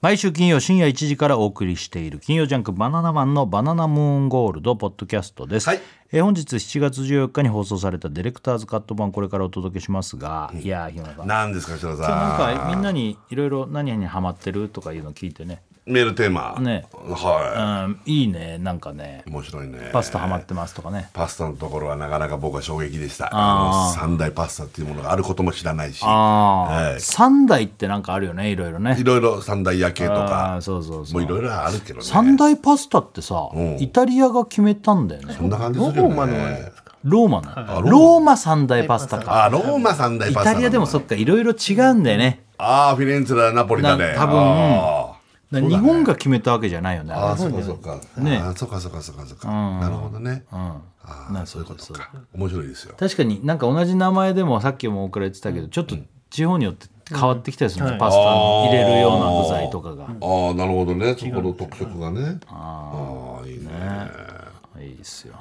毎週金曜深夜1時からお送りしている金曜ジャンクバナナマンのバナナムーンゴールドポッドキャストです、はいえー本日7月14日に放送されたディレクターズカット版これからお届けしますが、いやー日村さん今何ですか、設楽日なんかさみんん。なにいろいろ何にハマってるとかいうの聞いてね、メールテーマ。ねはうん、いいねなんかねい。面白いね。パスタハマってますとかね、パスタのところはなかなか僕は衝撃でした。あの三大パスタっていうものがあることも知らないし、あはあい三大ってなんかあるよねいろいろねいろいろ三大夜景とあーか、そうそうそうもういろいろあるけどね。三大パスタってさ、イタリアが決めたんだよねそんな感じするよローマのあれねです。ローマロの、ーマローマ三大パスタかあ、ローマ三大イパスタタなんだ。リアでもそっかいろいろ違うんだよねああ、フィレンツェだ、ナポリだね。な多分あーだから日本が決めたわけじゃないよねああー、れそうかそうか。ねあーそうかそうかそうかそうか。なるほどね。ああ、そういうことか。面白いですよ。確かになんか同じ名前でもさっきも送られてたけど、ちょっと地方によって変わってきたりするんですよ、パスタの入れるような具材とかが、ああなるほどねそこの特色がねああいいねいいですよ、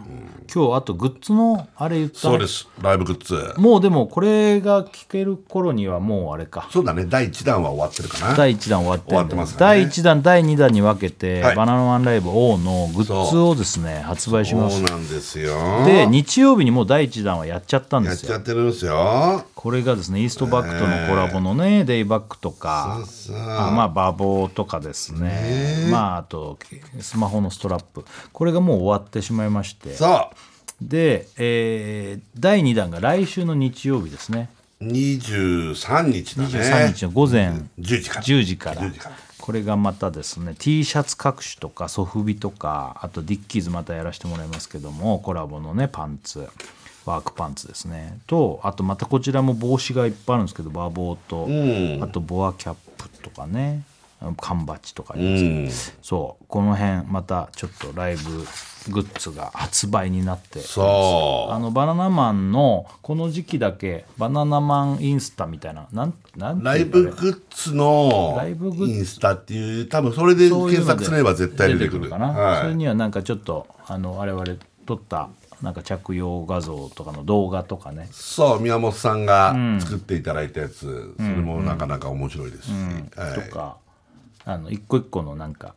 今日あとグッズのあれ言ったねそうですライブグッズもうでもこれが聞ける頃にはもうあれかそうだね第1弾は終わってるかな第1弾終わってんだ終わってますね第1弾第2弾に分けて、はいバナナマンライブ O のグッズをですね発売しますそうなんですよで日曜日にもう第1弾はやっちゃったんでやっすちよゃってるんですよこれがですねイーストバックとのコラボのね、デイバックとかそうそうあまあ馬房とかですねまああとスマホのストラップこれがもう終わってしまいましてさあで、えー第2弾が来週の日曜日ですね23日だね23日の午前10時から10時から10時からこれがまたですね T シャツ各種とかソフビとかあとディッキーズまたやらせてもらいますけどもコラボのねパンツワークパンツですねとあとまたこちらも帽子がいっぱいあるんですけどバーボーと、あとボアキャップとかね缶バッジとかありますけど、そうこの辺またちょっとライブグッズが発売になってそあのバナナマンのこの時期だけバナナマンインスタみたいななんなんうていうのラあれイブグッズのライブグッズインスタっていう多分それでそうい検うの索ですれば絶対出てくるかな、そはれいにはなんかちょっとあの我々撮ったなんか着用画像とかの動画とかねそう宮本さんが作っていただいたやつそれもなかなか面白いですしはいとか、あの一個一個のなんか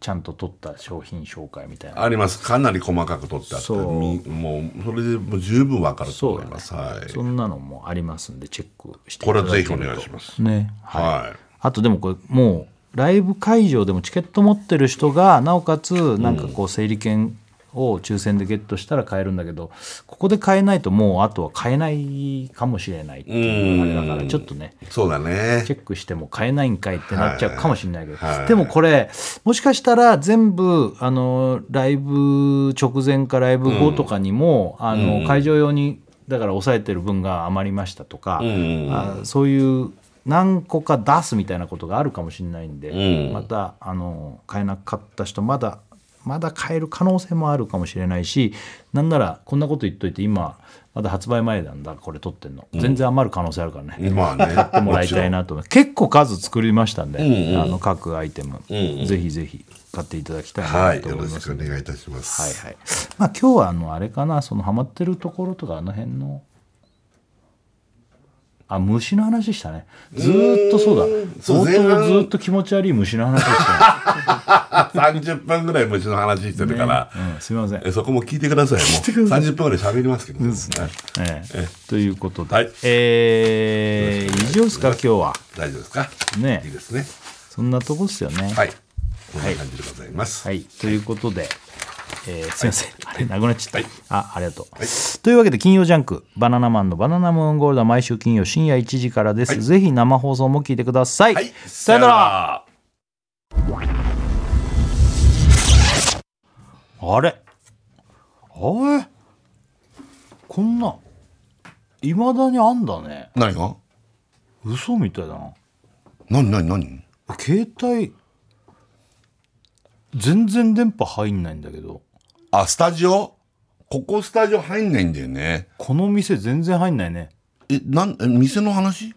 ちゃんと撮った商品紹介みたいなありますかなり細かく取ってあってそうみもうそれでもう十分わかると思います、はいそんなのもありますんでチェックしていこただれけるとぜひお願いしますねはい、はいあとでもこれもうライブ会場でもチケット持ってる人がなおかつなんかこう整理券を抽選でゲットしたら買えるんだけどここで買えないともうあとは買えないかもしれないっていうあれだからちょっとねそうだねチェックしても買えないんかいってなっちゃうかもしれないけど、でもこれもしかしたら全部あのライブ直前かライブ後とかにも、あの会場用にだから抑えてる分が余りましたとか、あそういう何個か出すみたいなことがあるかもしれないんで、またあの買えなかった人まだまだ買える可能性もあるかもしれないしなんならこんなこと言っといて今まだ発売前なんだこれ撮ってんの全然余る可能性あるからね、まあね買っってもらいたいなと思います結構数作りましたんで、あの各アイテム、ぜひぜひ買っていただきたいはないとよ思いろましす。くお願いいたします、はいはいまあ、今日はあのあれかなそのハマってるところとかあの辺のあ虫の話したねずーっとそうだそう冒前頭半ずーっと気持ち悪い虫の話でした、あ30分ぐらい虫の話してるから、うん、すみませんえそこも聞いてくださいもう30分ぐらい喋りますけど、ねはい ええということで、はいえー以上ですか今日は大丈夫ですかねいいですねそんなとこっすよねはいこんな感じでございます、はい、ということで、えーすいません、あれ、なくなっちゃった。はいあ、ありがとう、というわけで、金曜ジャンク、バナナマンのバナナムーンゴールドは毎週金曜深夜1時からです。ぜひ生放送も聞いてください。はい、さよなら。あれあれこんな、いまだにあんだね。何が嘘みたいだな。何何何携帯、全然電波入んないんだけど、あスタジオここスタジオ入んないんだよねこの店全然入んないね。えなんえ店の話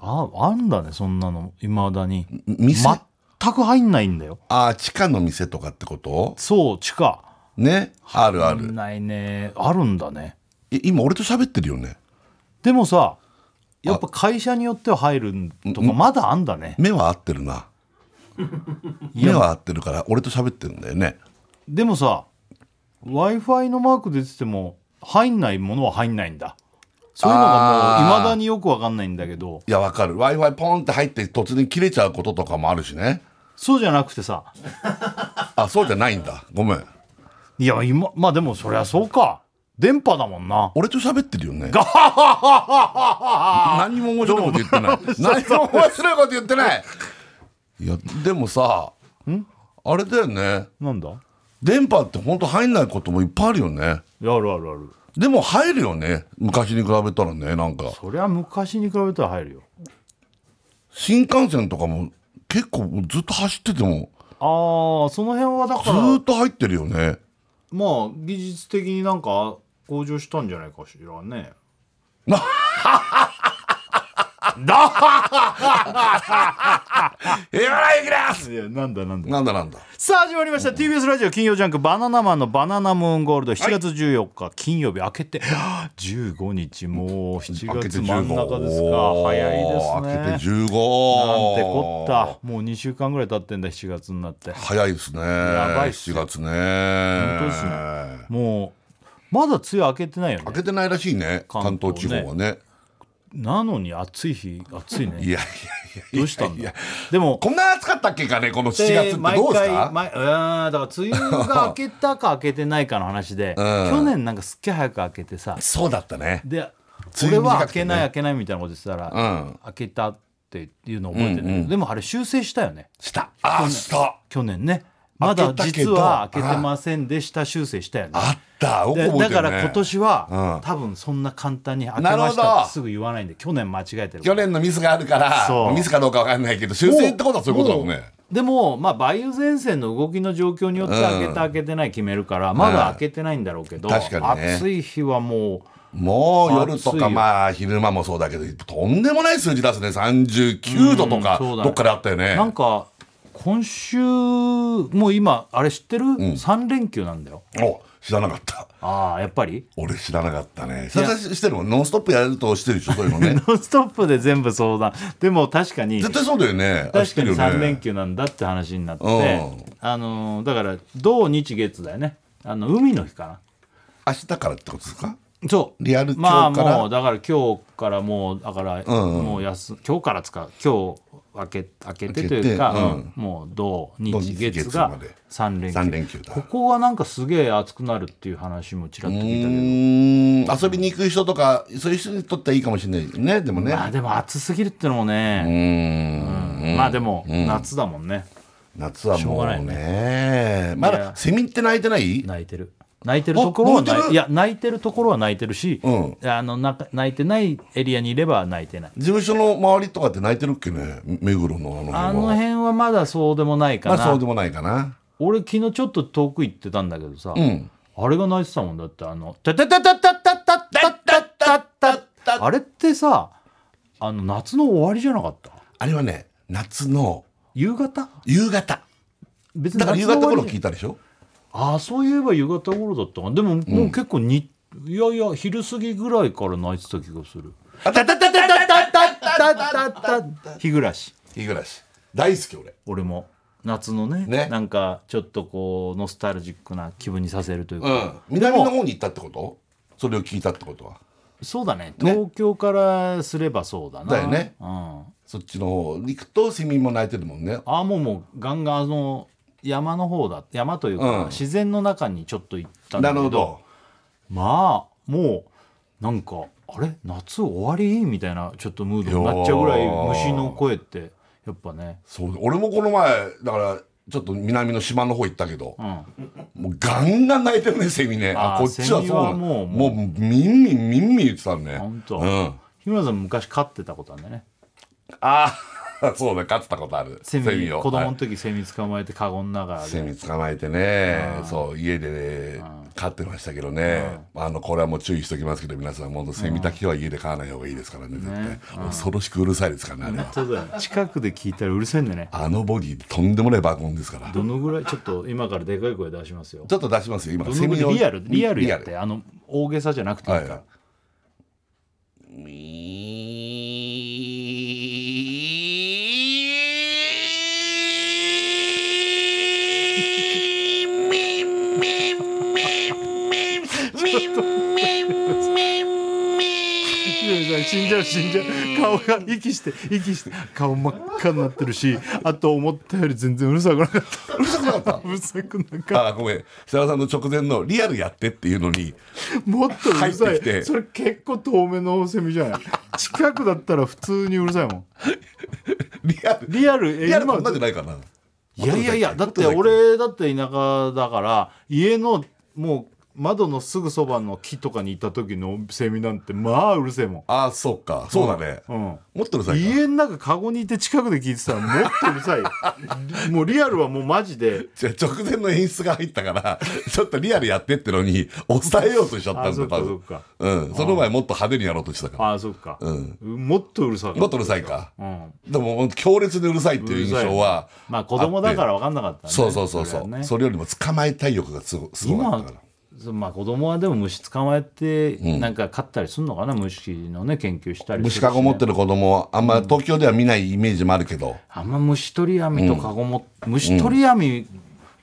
ああんだねそんなのいまだに店全く入んないんだよああ、地下の店とかってことそう地下ね。あるあ入んる。ないねあるんだねえ今俺と喋ってるよね。でもさやっぱ会社によっては入るとかまだあんだね目は合ってるな。目は合ってるから俺と喋ってるんだよねでもさ w i f i のマーク出てても入んないものは入んないんだそういうのがもういまだによくわかんないんだけどいやわかる w i f i ポンって入って突然切れちゃうこととかもあるしねそうじゃなくてさあそうじゃないんだごめんいや今まあでもそりゃそうか電波だもんな俺と喋ってるよね何も面白いこと言ってない何も面白いこと言って ないいやでもさあれだよねなんだ電波って本当入んないこともいっぱいあるよねいやあるあるあるでも入るよね昔に比べたらねなんかそりゃ昔に比べたら入るよ新幹線とかも結構ずっと走っててもああその辺はだずからーっと入ってるよねまあ技術的になんか向上したんじゃないかしらねないやらいきます いやなんだなんだなんだなんださあ始まりました TBS ラジオ金曜ジャンク「バナナマンのバナナムーンゴールド」7月14日金曜日明けて はあ15日もう7月真ん中ですか早いですね開けて15なんてこったもう2週間ぐらい経ってんだ7月になって早いですねやばいっす7よ月ね当ですねもうまだ梅雨明けてないよね開けてないらしいね関関東東地ね方はねなのに暑い日暑いいねやいやいやどうしたんいやだでもこんな暑かったっけかねこの7月ってでどうですか毎回毎うんだから梅雨が明けたか明けてないかの話で、去年なんかすっげえ早く明けてさそうだったねで梅俺雨短は明くてねけない明けないみたいなことしたら、うん明けたっていうのを覚えてる、けどでもあれ修正したよねしたあーした去年ね明まけただけど実は明けてませんでした修正したよねあったよくで覚えだてるから今ね年は、うん多分そんな簡単に明けなるまほしどたってすぐ言わないんで去年間違えてる去年のミスがあるからそうミスかどうかわかんないけど修正ってことはそういうことだもんねでも、まあ、梅雨前線の動きの状況によって開けた、開けてない決めるからまだ開けてないんだろうけど、確かにね暑い日はももう夜と暑いかよまあ昼間もそうだけどとんでもない数字出すね39度とかうんそうだねどっかであったようねなんか今週もう今あれ知ってる、三3連休なんだよお知らなかったああやっぱり俺知らなかったね久々にしてるもんノンストップやるとしてるでしょそういう のね「ノンストップ!」で全部相談でも確かに絶対そうだよねあ知っ確かてるよにね3連休なんだって話になって、あのーだから土日月だよねあの海の日かな明日からってことですかそうリアルま今あ日からもうだから今日からもうだからんうんもう休今日からつか今日明け明けてと明けいてうか、うんもう土土日日月月がまで3連休3連休だここがなんかすげえ暑くなるっていう話もちらっとう聞いたけーん遊びに行く人とかそういう人にとってはいいかもしれないねでもどねまあうでも暑すぎるってのもね、ーんまあでも夏だもんね夏はしょうもがうないねまいだやセミって鳴いてない泣いてる泣いてるところは泣いて泣るいいや泣いてるところは泣いてるし、うあのな泣いてないエリアにいれば泣いてない事務所の周りとかって泣いてるっけね目黒のあの辺はあの辺はまだそうでもないかまな、あそうでもないかな俺昨日ちょっと遠く行ってたんだけどさ、うんあれが泣いてたもんだってあの「タタタタタタタタタタタタ」あれってさあの夏の終わりじゃなかったあれはね夏の夕方夕方別だから夕方頃に聞いたでしょああそういえば夕方頃だったかなでももう結構に、いやいや昼過ぎぐらいから泣いてた気がする「タタタタタタタタタタ」日暮らし日暮らし大好き俺俺も夏のねねなんかちょっとこうノスタルジックな気分にさせるというか、うん南の方に行ったってことそれを聞いたってことはそうだねね東京からすればそうだなだよねうん、あそっちの方に行くとセミも鳴いてるもんねあもうもうガンガンあの山の方だ山というか、うん自然の中にちょっと行ったんだなけるどほどまあもうなんかあれ夏終わりみたいなちょっとムードになっちゃうぐらいいやー虫の声ってやっぱねそう俺もこの前だからちょっと南の島の方行ったけど、うんもうガンガン泣いてるねセミねああーこっちはセミそうなはのもうもうミンミンミンミン言ってたねほんとうん日村さん昔飼ってたことあるんだよねああ そうだ勝ってたことあるセミを子供はの時セミ捕まえてカゴの中いでセミ捕まえてねそう家でね飼ってましたけどねあのこれはもう注意しておきますけど皆さんもうセミだけは家で飼わない方がいいですからね絶対恐ろしくうるさいですからねあれはそうだよね近くで聞いたらうるせえんだよねあのボディとんでもない爆音ですからどのぐらいちょっと今からでかい声出しますよちょっと出しますよ今どのぐらいリアルリアルやってリあの大げさじゃなくていいはかいら、はい死んじゃう死んじゃう顔が息して息して顔真っ赤になってるしあと思ったより全然うるさくなかったうるさくなかったうるさくなかっあごめん設楽さんの直前のリアルやってっていうのにたもっとうるさ入ってきていそれ結構遠目のセミじゃない近くだったら普通にうるさいもんリアルリアルえリアル今こんなじゃないかないやいやいや、だっても俺だって田舎だから、家のもう窓のすぐそばの木とかにいた時のセミなんて、まあうるせえもん。ああそうかそうだね、うん。もっとうるさいか家の中カゴにいて近くで聞いてたらもっとうるさい よもうリアルはもうマジでじゃあ直前の演出が入ったから ちょっとリアルやってってのに抑えようとしちゃったあんそでっか多そっ分かうん、その前もっと派手にやろうとしてたからあそっか、うんもっとうるさかったもっとうるさいかうん、でももう強烈でうるさいっていう印象はまあ子供だから分かんなかった、ね、そうそうそうそうれそ,、はねれよりも捕まえたい欲がすごすごかった今からそうまあ子供はでも虫捕まえてんなんか飼ったりするのかな、虫のね研究したりするし虫かご持ってる子供はあんま東京では見ないイメージもあるけど、あんま虫取り網とかごも、虫取り網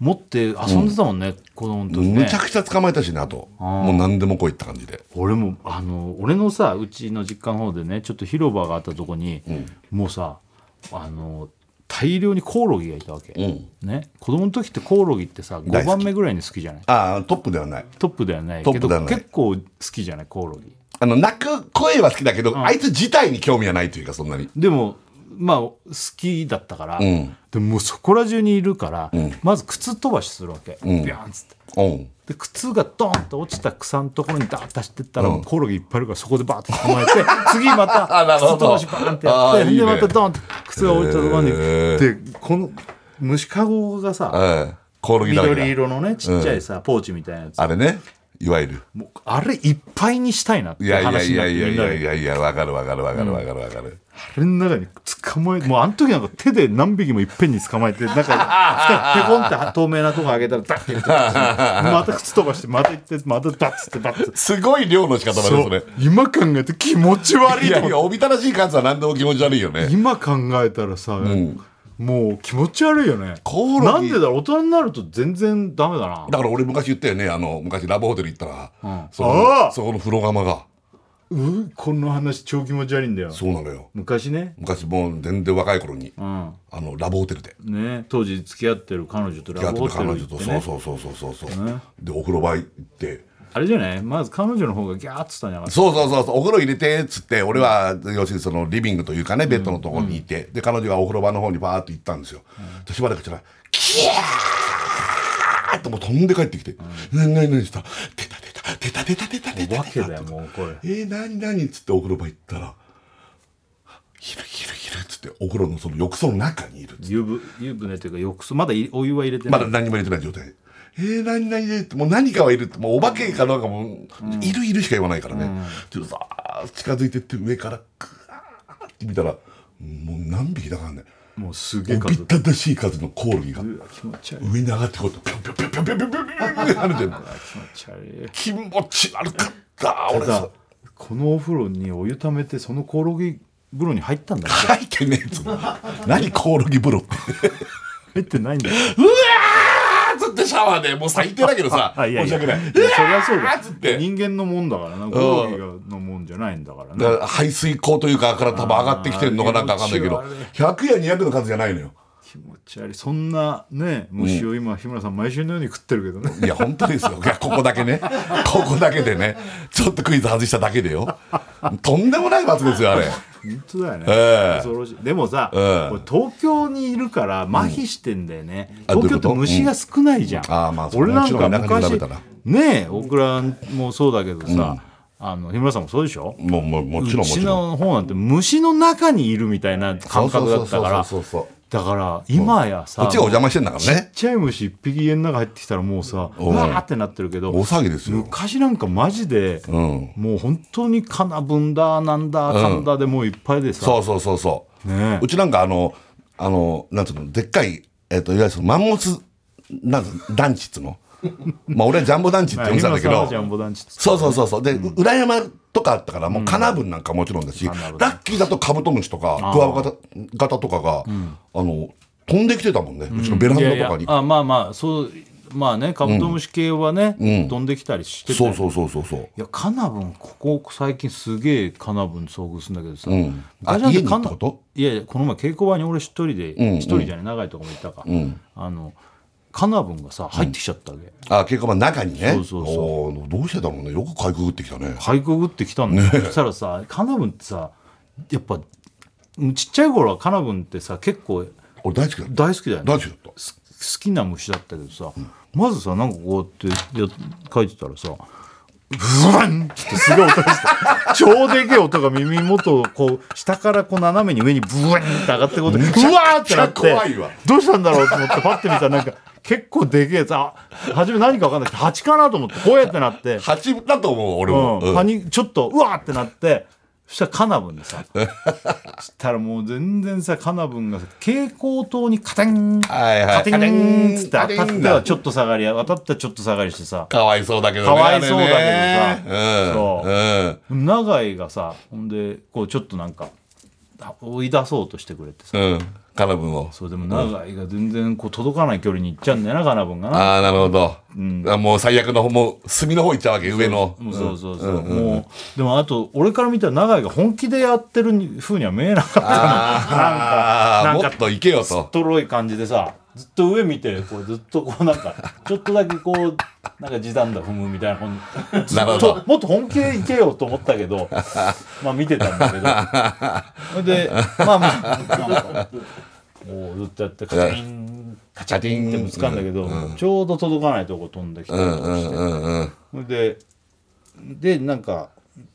持って遊んでたもんね、子供の時ねむちゃくちゃ捕まえたしねあともう何でも来いって感じで俺もあの俺のさうちの実家の方でねちょっと広場があったとこに、もうさあの大量にコオロギがいたわけ、んね、子供の時ってコオロギってさ大好5き番目ぐらいに好きじゃないああトップではないトップではないトけップどではない結構好きじゃないコオロギあの泣く声は好きだけど、あいつ自体に興味はないというかそんなにでもまあ好きだったから、んでももうそこら中にいるから、まず靴飛ばしするわけ、ビャーンっつってうんで靴がドーンと落ちた草のところにダーッと走ってったら、もうコオロギいっぱいいるからそこでバーッと捕ま えて次またあなる靴ほ飛どばしバーンってやあっーていいねでまたドーンと靴が落ちたところに、でこの虫かごがさ、ええコオロギだらけだ緑色のねちっちゃいさ、ポーチみたいなやつあれねいわゆるもうあれいっぱいにしたいなっていやいや話いになっやていやみんいなやでいやいやわかるわかるわかるわかるわかる、あれの中に捕まえもうあの時なんか手で何匹もいっぺんに捕まえてなんかペコンって透明なとこ上げたらダッてやって また靴飛ばしてまた行ってまたダッつってダッつってすごい量の仕方だねそれ今考えて気持ち悪いいとや思いっやおびただしい感じは何でも気持ち悪いよてね今考えたらさ、もう気持ち悪いよねコオロギなんでだろう大人になると全然ダメだなだから俺昔言ったよねあの昔ラブホテル行ったら、そあのあそこの風呂釜がうこの話超気持ち悪いんだよそうなのよ昔ね昔もう全然若い頃に、んあのラブホテルでね当時付き合ってる彼女とラブホテル彼女行ってと、ねそうそうそうそうそうそう、でお風呂場行ってあれじゃないまず彼女の方がギャーっつったんじゃなかったそうそうそうそうお風呂入れてっつって俺は要するにそのリビングというかねベッドのところにいて、で彼女がお風呂場の方にバーッと行ったんですよ、でしばらくしたらキャーッともう飛んで帰ってきて「何何何した出た出た出た出た出た出た出た」お化けだよもうこれえー、何何っつってお風呂場行ったら「いるいるいる」っつってお風呂のその浴槽の中にいる湯ぶ湯船というか浴槽まだいお湯は入れてなまい、だ何も入れてない状態。えー、何何でもう何かはいるってもうお化けかなんかもう、いるいるしか言わないからね、ちょっとさー近づいてって上からグワーって見たらもう何匹だからねもうすげえおび数ただしい数のコオロギが上うわ気持ち悪いに上がってこうとピョンピョンピョンピョンピョンピョンピョンピョンって跳ねてるの気持ち悪い気持ち悪か った俺ださこのお風呂にお湯ためてそのコオロギ風呂に入った んだね入ってねえっつうの何コオロギ風呂って入ってないんだようわーっつってシャワーでもう最低だけどさあいやいや申し訳ないいやそりゃそううわーっつってだ人間のもんだからなコオロギがのもんじゃないんだからだねから排水口というかから多分上がってきてるのかなんか分かんないけどあー100や200の数じゃないのよ気持ち悪いそんなね虫を今日村さん毎週のように食ってるけ どねいや本当です よいやここだけねここだけでねちょっとクイズ外しただけでよとんでもない罰ですよあれ本当だよね、ええ恐ろしいでもさ、ええ俺東京にいるから麻痺してんだよね、あどうい東う京こってと虫が少ないじゃん、んああまあ俺なんかもちろん田舎に昔比べたらねえ大倉もそうだけどさ、あの日村さんもそうでしょもうもうもちろんもうちちろんの方なんて虫の中にいるみたいな感覚だったからそうそうそうそうそうだから今やさこっちがお邪魔してんだからちねっちゃい虫一匹家の中入ってきたらもうさうわーってなってるけど大騒ぎですよ昔なんかマジで、うんもう本当にカナブンだなんだかんだでもういっぱいでさ、そうそうそうそう、ねえうちなんかあのあのなんつうのでっかいえっ、といわゆるそのマンモスなんつうの団地っつうのまあ俺はジャンボ団地って呼んでたんだけまあ日村さんはどジャンボ団地っつってそうそうそうそうで、裏山とかあったからもう金分なんかもちろんだし、ラッキーだとカブトムシとかクワガタガタとかが、あの飛んできてたもんねうちのベランダとかにあまあまあそうまあねカブトムシ系はね、ん飛んできたりしてたそようねそうそうそうそういやカナブンここ最近すげえカナブン遭遇するんだけどさ、んあ昔なんて家に行ったこといやいやこの前稽古場に俺一人で一、んうん人じゃない長いとこもいたから、あのカナブンがさ入ってきちゃったわけ、あ結構まあ中にねそうそうそうおーどうしてだろうねよくかいくぐってきたねかいくぐってきたんだよ、そしたらさカナブンってさやっぱうんちっちゃい頃はカナブンってさ結構俺大好きだった大好きだよね大好きだったす好きな虫だったけどさ、まずさなんかこうやってや書いてたらさブワンってすごい音が した超でけえ音が耳元をこう下からこう斜めに上にブワンって上がってこうでうわーってなってめっちゃ怖いわどうしたんだろうと思ってパッて見たらなんか結構でけえやつあ初め何か分かんないけど蜂かなと思ってこうやってなって蜂だと思う俺も、うん、うんパニちょっとうわーってなってそしたらカナブン でさそしたらもう全然さカナブンがさ蛍光灯にカテンはいはいカテンっつって当カテンたってはちょっと下がり当たってはちょっと下がりしてさかわいそうだけどねかわいそうだけどさあれねそううん永井がさほんでこうちょっとなんか追い出そうとしてくれてさうんうんカナブンをそうでも永井が全然こう届かない距離に行っちゃうんだよなカナブンがなああなるほど、あもう最悪の方もう隅の方行っちゃうわけ上のもうそうそうそう、もうでもあと俺から見たら永井が本気でやってるふうには見えなかったのああなんかもっと行けよととろい感じでさずっと上見てこうずっとこうなんか ちょっとだけこうなんか時短だ踏むみたいな本 ずなる っほとどもっと本気でいけよと思った けどまあ見てたんだけどそれでまあまあ なんかもうずっとやってカチンカチンってぶつかんだけど、ちょうど届かないとこ飛んできたりとかして、うんうんそれででなんか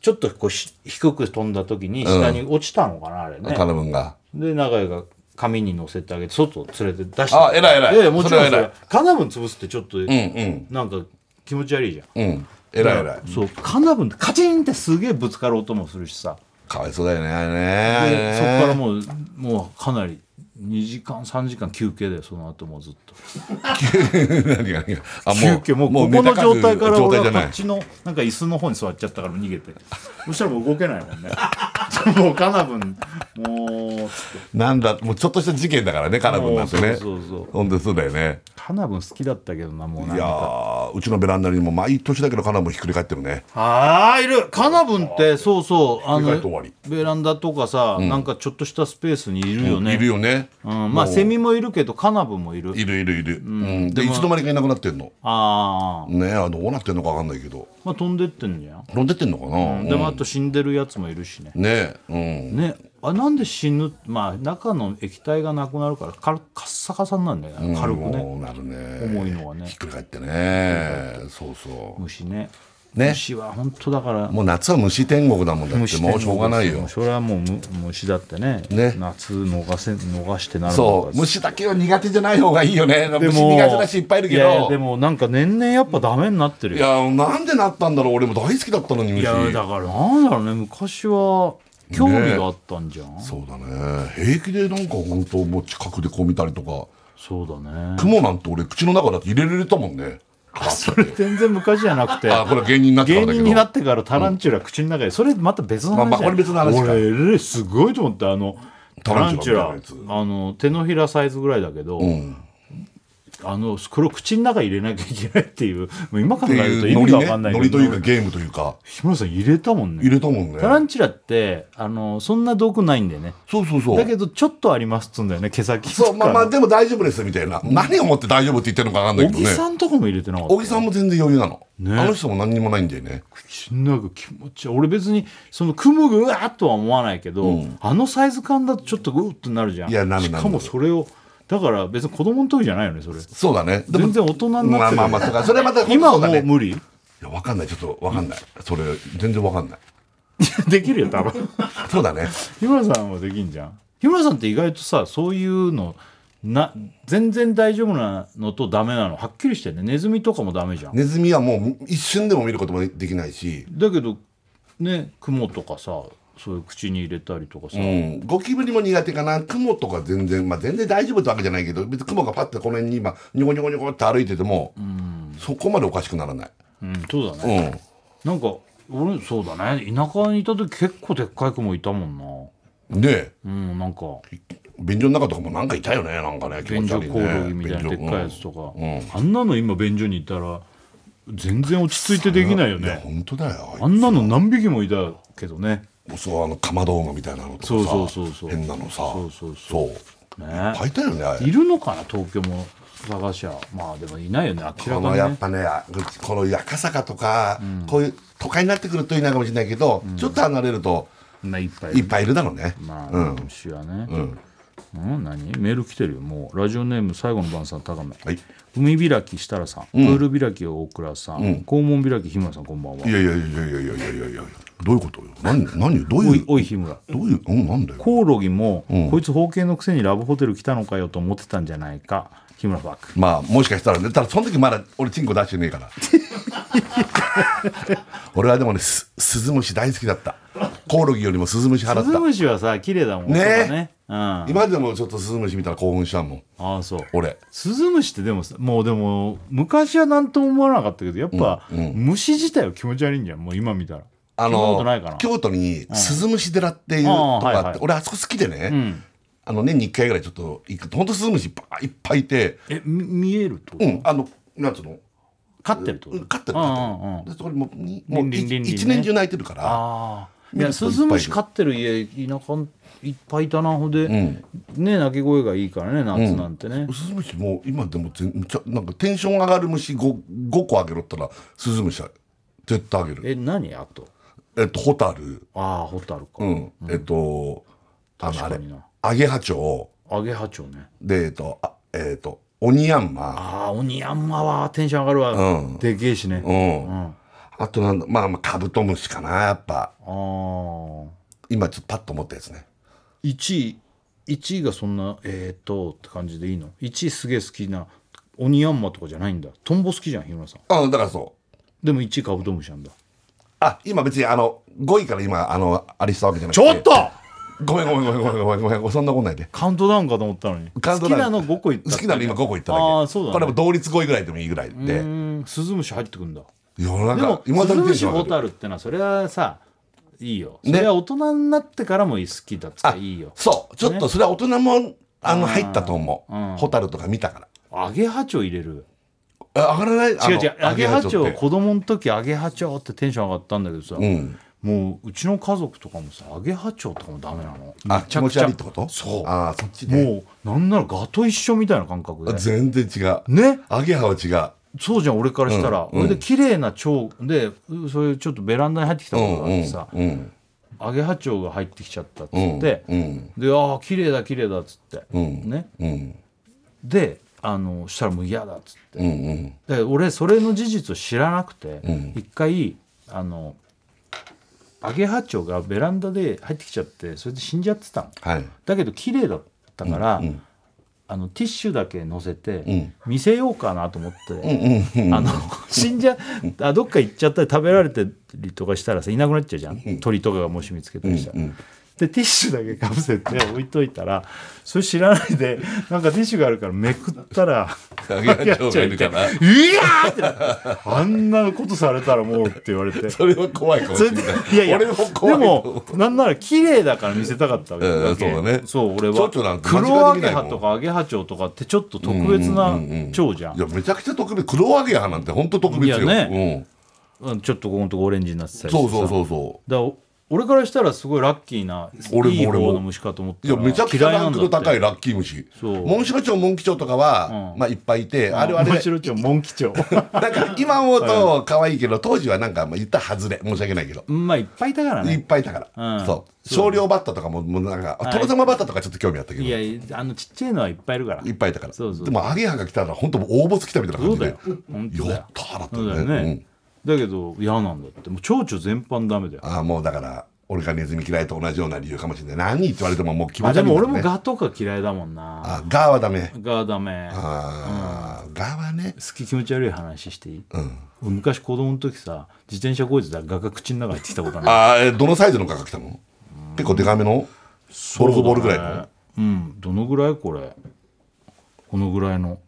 ちょっとこうし低く飛んだ時に下に落ちたのかな、あれね。カナブンがで永井が紙に乗せてあげて外を連れて出してあ偉い偉いいやいやもちろんそそれは偉れいカナブン潰すってちょっと、うんうんなんか気持ち悪いじゃんうん偉い偉いそうカナブンってカチンってすげえぶつかる音もするしさかわいそうだよねあれでねそこからもうもうかなり2時間3時間休憩だよその後もずっと 何が何があもう休憩もうここネタの数状態から状俺態じはゃこないっちのなんか椅子の方に座っちゃったから逃げてそしたらもう動けないもんね もうカナブンもうつってなんだもうちょっとした事件だからねカナブンなんてねそうそうそう本当にそうだよねカナブン好きだったけどなもうなんいやかーうちのベランダにも毎年だけどカナブンひっくり返ってるねあーいるカナブンってそうそうあ意の外と終わりベランダとかさ、なんかちょっとしたスペースにいるよね、いるよねうん、まあもうセミもいるけどカナブンもいるいるいるいるうんでいつの間にかいなくなってんのああ、ねあのどうなってんのか分かんないけどまあ、飛んでってんじゃん、飛んでってんのかなでねもあと死んでるやつもいるしね、えうんねあなんで死ぬまあ中の液体がなくなるからかカッサカサになるんだよね軽くね、もうなるね重いのはねひっくり返ってねそうそう虫ねね虫は本当だからもう夏は虫天国だもんだって虫もうしょうがないよそれはもうむ虫だってねね夏逃せ逃してなるのそう虫だけは苦手じゃない方がいいよね虫苦手な人いっぱいいるけどいやいやでもなんか年々やっぱダメになってるいよやなんでなったんだろう俺も大好きだったのにい虫やだからなんだろうね昔は興味があったんじゃん、そうだね平気でなんか本当もう近くでこう見たりとかそうだね雲なんて俺口の中だって入れられたもんねそれ全然昔じゃなくてあこれ芸人になってか芸らだけ人どになってからタランチュラ口の中でそれまた別の話じゃん、まあまあこれ別の話か俺えれいすごいと思ってあのタタラランンチチュュララみたいなあの手のひらサイズぐらいだけど、うんあのこれを口の中に入れなきゃいけないっていうもう今考ってえるという意ノ味リがね分かんないノけリど、というかゲームというか日村さん入れたもんね入れたもんねタランチュラってあのそんな毒ないんだよねそうそうそうだけどちょっとありますっつうんだよね毛先そうまあまあとかでも大丈夫ですみたいな何をもって大丈夫って言ってるのか分かんない小け木どねさんとかも入れてなかった小木さんも全然余裕なの、ねあの人も何にもないんだよね口の中気持ちいい俺別にその雲がうわーっとは思わないけど、あのサイズ感だとちょっとグーっとなるじゃんいやなるなるしかもそれをだから別に子供の時じゃないよねそれそうだねでも全然大人になってるまあまあまあそうかそれまた今はそうだもねう無理いや分かんないちょっと分かんないそれ全然分かんないできるよ多分そうだね日村さんはできんじゃん日村さんって意外とさそういうのな全然大丈夫なのとダメなのはっきりしてるねネズミとかもダメじゃん、ネズミはもう一瞬でも見ることもできないし、だけどね雲とかさそういう口に入れたりとかさ、うん、ゴキブリも苦手かなクモとか全然、まあ、全然大丈夫ってわけじゃないけど別にクモがパッてこの辺に今ニョコニョコニョコって歩いてても、そこまでおかしくならない、うん、そうだうね、ん、なんか俺そうだね田舎にいた時結構でっかい雲いたもんなでうんなんか便所の中とかもなんかいたよねなんかね気便持ち所悪いねコオロギみたいなでっかいやつとか、うんうんあんなの今便所にいたら全然落ち着いてできないよやね本当だよあんなの何匹もいたけどねそうあのかまど馬みたいなのとかさそうそうそうそう変なのさそうそうそうそうねいっぱいいたよねあれいるのかな東京も探しゃまあでもいないよね明こらのかやにっねぱねあこの赤坂とか、こういう都会になってくるといいなかもしれないけど、ちょっと離れるとまあいっぱいいいっるぱいいるだろうね、まあ、うん今週はね、うんうん、何メール来てるよもうラジオネーム最後の晩さん高め、はい海開き設楽さん、プール開き大倉さん、肛門開き日村さんこんばんはいやいやいやいやいやいやいやいやどういうことよ何何どうおいいうおい日村どういううんなんだよコオロギも、んこいつ包茎のくせにラブホテル来たのかよと思ってたんじゃないか日村ファークまあもしかしたらねただその時まだ俺チンコ出してねえから 俺はでもねすスズムシ大好きだったコオロギよりもスズムシ払スズったムシはさ綺麗だもんね音がねうん、あ今までもちょっとスズムシ見たら興奮したもんあそう俺スズムシってでもさもうでも昔は何とも思わなかったけどやっぱ、虫自体は気持ち悪いんじゃんもう今見たらあ聞いたことのないかな京都にスズムシ寺っていうとこあって、あーはいはい俺あそこ好きでね、んあの年に1回ぐらいちょっと行くほんとスズムシばーいっぱいいてえみ見えるってこと、うんあのなんつうの飼ってるってこうと、ん飼ってるうん飼うんっうてんるでそれもにもうリンリンリンリンね1年中泣いてるからああい見るや人スいっぱいいるズムシ飼ってる家田舎いっぱいいたなほんで、んね鳴き声がいいからね夏なんてね、スズムシも今でも全ちゃなんかテンション上がる虫 5, 5個あげろったらスズムシは絶対あげるえ何あとえっとホタルああホタルか、うん、えっとあのあ確かれになアゲハチョウアゲハチョウねでえっとあえっとオニヤンマああ鬼ヤンマはテンション上がるわ、うんでけえしね、うあん、んあとなんだまあまあカブトムシかなやっぱあー今ちょっとパッと思ったやつね1位1位がそんなえー、っとって感じでいいの1位すげえ好きな鬼ヤンマとかじゃないんだトンボ好きじゃん日村さんうんだからそうでも1位カブトムシなんだあ今別にあの5位から今あのあれしたわけじゃなくちてょっとごめんごめんごめんごめんごめんごめんそんなことないでカウントダウンかと思ったのにカウントダウン好きなの5個いった好きなの今5個いっただけああそうだねこれも同率5位ぐらいでもいいぐらいでうーんスズムシ入ってくんだいやなんでかも今スズムシ上がホるタルってのはそれはさいいよねそれは大人になってからも好きだっつっあていいよそうちょっとそれは大人もあの入ったと思う、うんホタルとか見たかアゲハチョウ入れるらあ上がらないあ違うの違うアゲハチョっウて子供の時アゲハチョウってテンション上がったんだけどさ、うんもううちの家族とかもさアゲハチョウとかもダメなのあ気持ち悪いってことそうあーそっちねもうなんならガと一緒みたいな感覚で全然違うねアゲハは違うそうじゃん俺からしたら、うんうん俺で綺麗な蝶でうそれちょっとベランダに入ってきたうこんとがあっうんてさ、うんアゲハチョウが入ってきちゃったっつっうんて、うんで「ああ綺麗だ綺麗だ」っつって、うんねうんであのしたらもう嫌だっつってうんうんで俺それの事実を知らなくて、ん一回あのアゲハチョウがベランダで入ってきちゃってそれで死んじゃってたのはいだけど綺麗だったから、んあのティッシュだけ乗せて、ん見せようかなと思っうて、んうんあの死んじゃあどっか行っちゃったり食べられてりとかしたらさいなくなっちゃうじゃん、鳥とかがもし見つけたりしたら。でティッシュだけかぶせて置いといたらそれ知らないでなんかティッシュがあるからめくったらアゲハチョウがいるかいらやーってなってあんなことされたらもうって言われてそれは怖 いかもしそれれなでいいやいや俺でも怖いと思うもなんなら綺麗だから見せたかったわけうんそうだねそう俺蝶は々なんて間黒近でア見ゲないもんハとかアゲハチョウとかってちょっと特別な蝶じゃんいやめちゃくちゃ特別黒アゲハなんて本当特別よ、いやうんちょっとここのとこオレンジになってたうん、りしてそさうそうそうそだからお俺からしたらすごいラッキーな俺もいい俺も方の虫かと思っうたいやらめちゃくちゃ嫌いラなんンクだっのて高いラッキー虫そうモンシロチョウモンキチョウとかは、うんまあいっぱいいてあれはね面白い蝶モンキチョ ウなんか今思うと可愛いけど当時はなんかまあ言ったら外れ申し訳ないけど、まあいっぱいいたからいっねぱいいたから、うんそう少量バッタとかももうなんか殿様バッタとかちょっと興味あったけどいいやいやあのちっちゃいのはいっぱいいるからっぱいいたからそうそうでもアゲハが来たら本当もう大没来たみたいな感そうじだでよ本当だやよったーだったそうよだねよね、だけど嫌なんだってもう蝶々全般ダメだようん、ああもうだから俺がネズミ嫌いと同じような理由かもしれない何って言われてももう気あ持ちで悪いんだもよ俺ねもガとか嫌いだもんなあガーはダメガダメ好ああ、ガーはねき気持ち悪い話していい、俺昔子供の時さ自転車こいつだガが口の中入ってきたことあるああどのサイズのガが来たの結構デカめのゴルフボールぐらいのうんどのぐらいこれこのぐらいの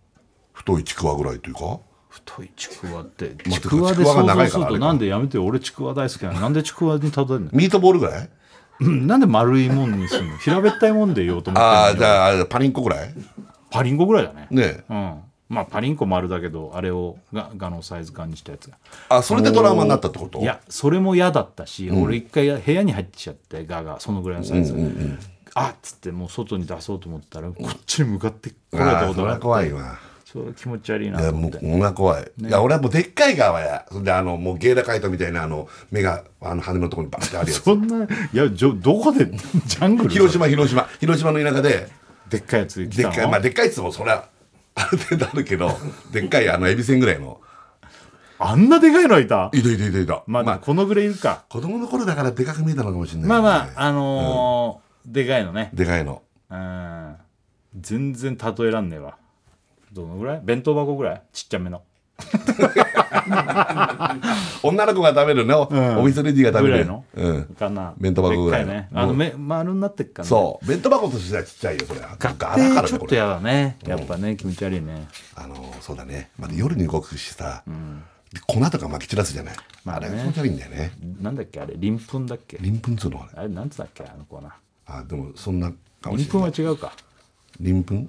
太いちくわぐらいというか太いちくわってあちくわでちくわが想長い像かすらあれるとかなんでやめてよ俺ちくわ大好きなのなんでちくわにたどりのミートボールぐらいうんなんで丸いもんにす るの平べったいもんで言おうと思ってんあだあけじどゃあパリンコぐらいパリンコぐらいだねねえうんまあパリンコ丸だけどあれをがガのサイズ感にしたやつがあそれでドラマになったってこといやそれも嫌だったし、俺一回部屋に入っちゃってガがそのぐらいのサイズ、あっつってもう外に出そうと思ったらこっちに向かってこあられたーこそれとがあはって怖いわそれ気持ち悪いないやとも思うってこんな怖い、いや俺はもうでっかい側やそんであのもうゲイラカイトみたいなあの目があの羽のところにバッてあるやつそんないやじょどこで ジャングル広島広島広島の田舎ででっかいやつ来でたっのかいまあでっかいっつってもそりゃある程度ある けどでっかいあのエビせんぐらいのあんなでかいのいたいたいたいたいたまあ、でもこのぐらいいるか子供の頃だからでかく見えたのかもしれない、まあまああのーでかいのねでかいのうん全然例えらんねえわどのぐらい弁当箱ぐらいちっちゃめの女の子が食べるね、お店レディーが食ぐべらるいの、うん、かな弁当箱ぐらいのでっかねあのめ丸になってっからねそう弁当箱としてはちっちゃいよそれは柄学からね定ちょっことれやだねやっぱね気持ち悪いねあのそうだねまた夜に動くしさ、で粉とかまき散らすじゃない、まああねれが気持ち悪いんだよねなんだっけあれ鱗粉だっけ鱗粉っつうのあれあれなんつうんだっけあの子はなあでもそんなかもし鱗れ粉なはい違うか鱗粉ん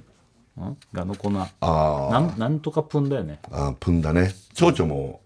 がの粉なあーんなんとか粉だよね あープンだね蝶々も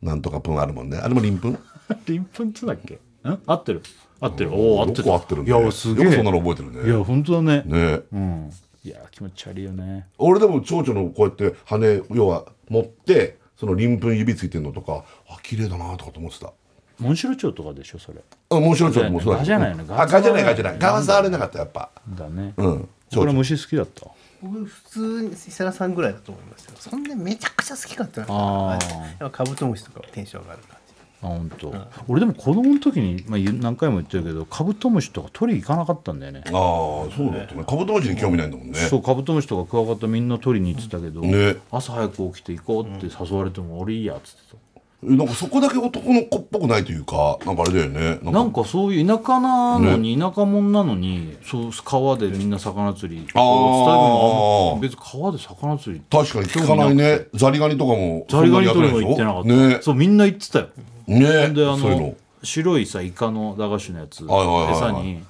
なんとかプンあるもんねあれも鱗粉鱗粉っつうんだっけん合ってる合ってるおお合ってよくる合ってるんいだよやすげえよくそんなの覚えてるいねや本当だねねうんいや気持ち悪いよね俺でも蝶々のこうやって羽要は持ってその鱗粉指ついてるのとかあ綺麗だなとかと思ってたモンシロチョウとかでしょそれあ面白い蝶々もそうだガじゃないのあガじゃないガじゃないガガは触れなかったやっぱだねうん蝶これ々虫好きだった僕普通に世良さんぐらいだと思いますよそんでめちゃくちゃ好きかってなったらあーはいやっぱカブトムシとかはテンション上がる感じあ本当、俺でも子供の時に、まあ、言う何回も言ってるけどカブトムシとか取り行かなかったんだよねああそうだったねカブトムシに興味ないんだもんねそうカブトムシとかクワガタみんな取りに行ってたけど、ね朝早く起きて行こうって誘われても、俺いいやっつってなんかそこだけ男の子っぽくないというかなんかあれだよねなたんかなんかそういう田舎なのに、田舎者なのにそう川でみんな魚釣りこう伝えるのもあんま別に川で魚釣り確かに聞かないねザリガニとかもザリガニ取りそもん行ってなかった、にやってないでしそうみんな行ってたよょねねであそういうのの白いさイカの駄菓子のやつ、はいはいはいはい餌に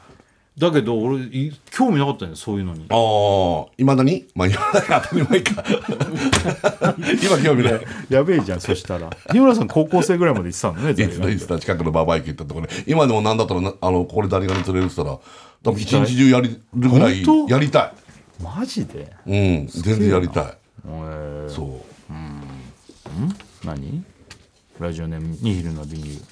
だけど俺い興味なかったんだよそういうのにああいまだにまあいまだに 当たり前 か今興味ないやべえじゃん、そしたら。日村さん、高校生ぐらいまで行ってたのね、いつだいつだ近くのババア行き行ったところね今でもなんだったらなあのここでザリガニ釣れるって言ったら多分一日中やりるぐらい本当やりたマジでいうん全然やりたいえー、そう何ラジオネーム、ニヒルのビニール。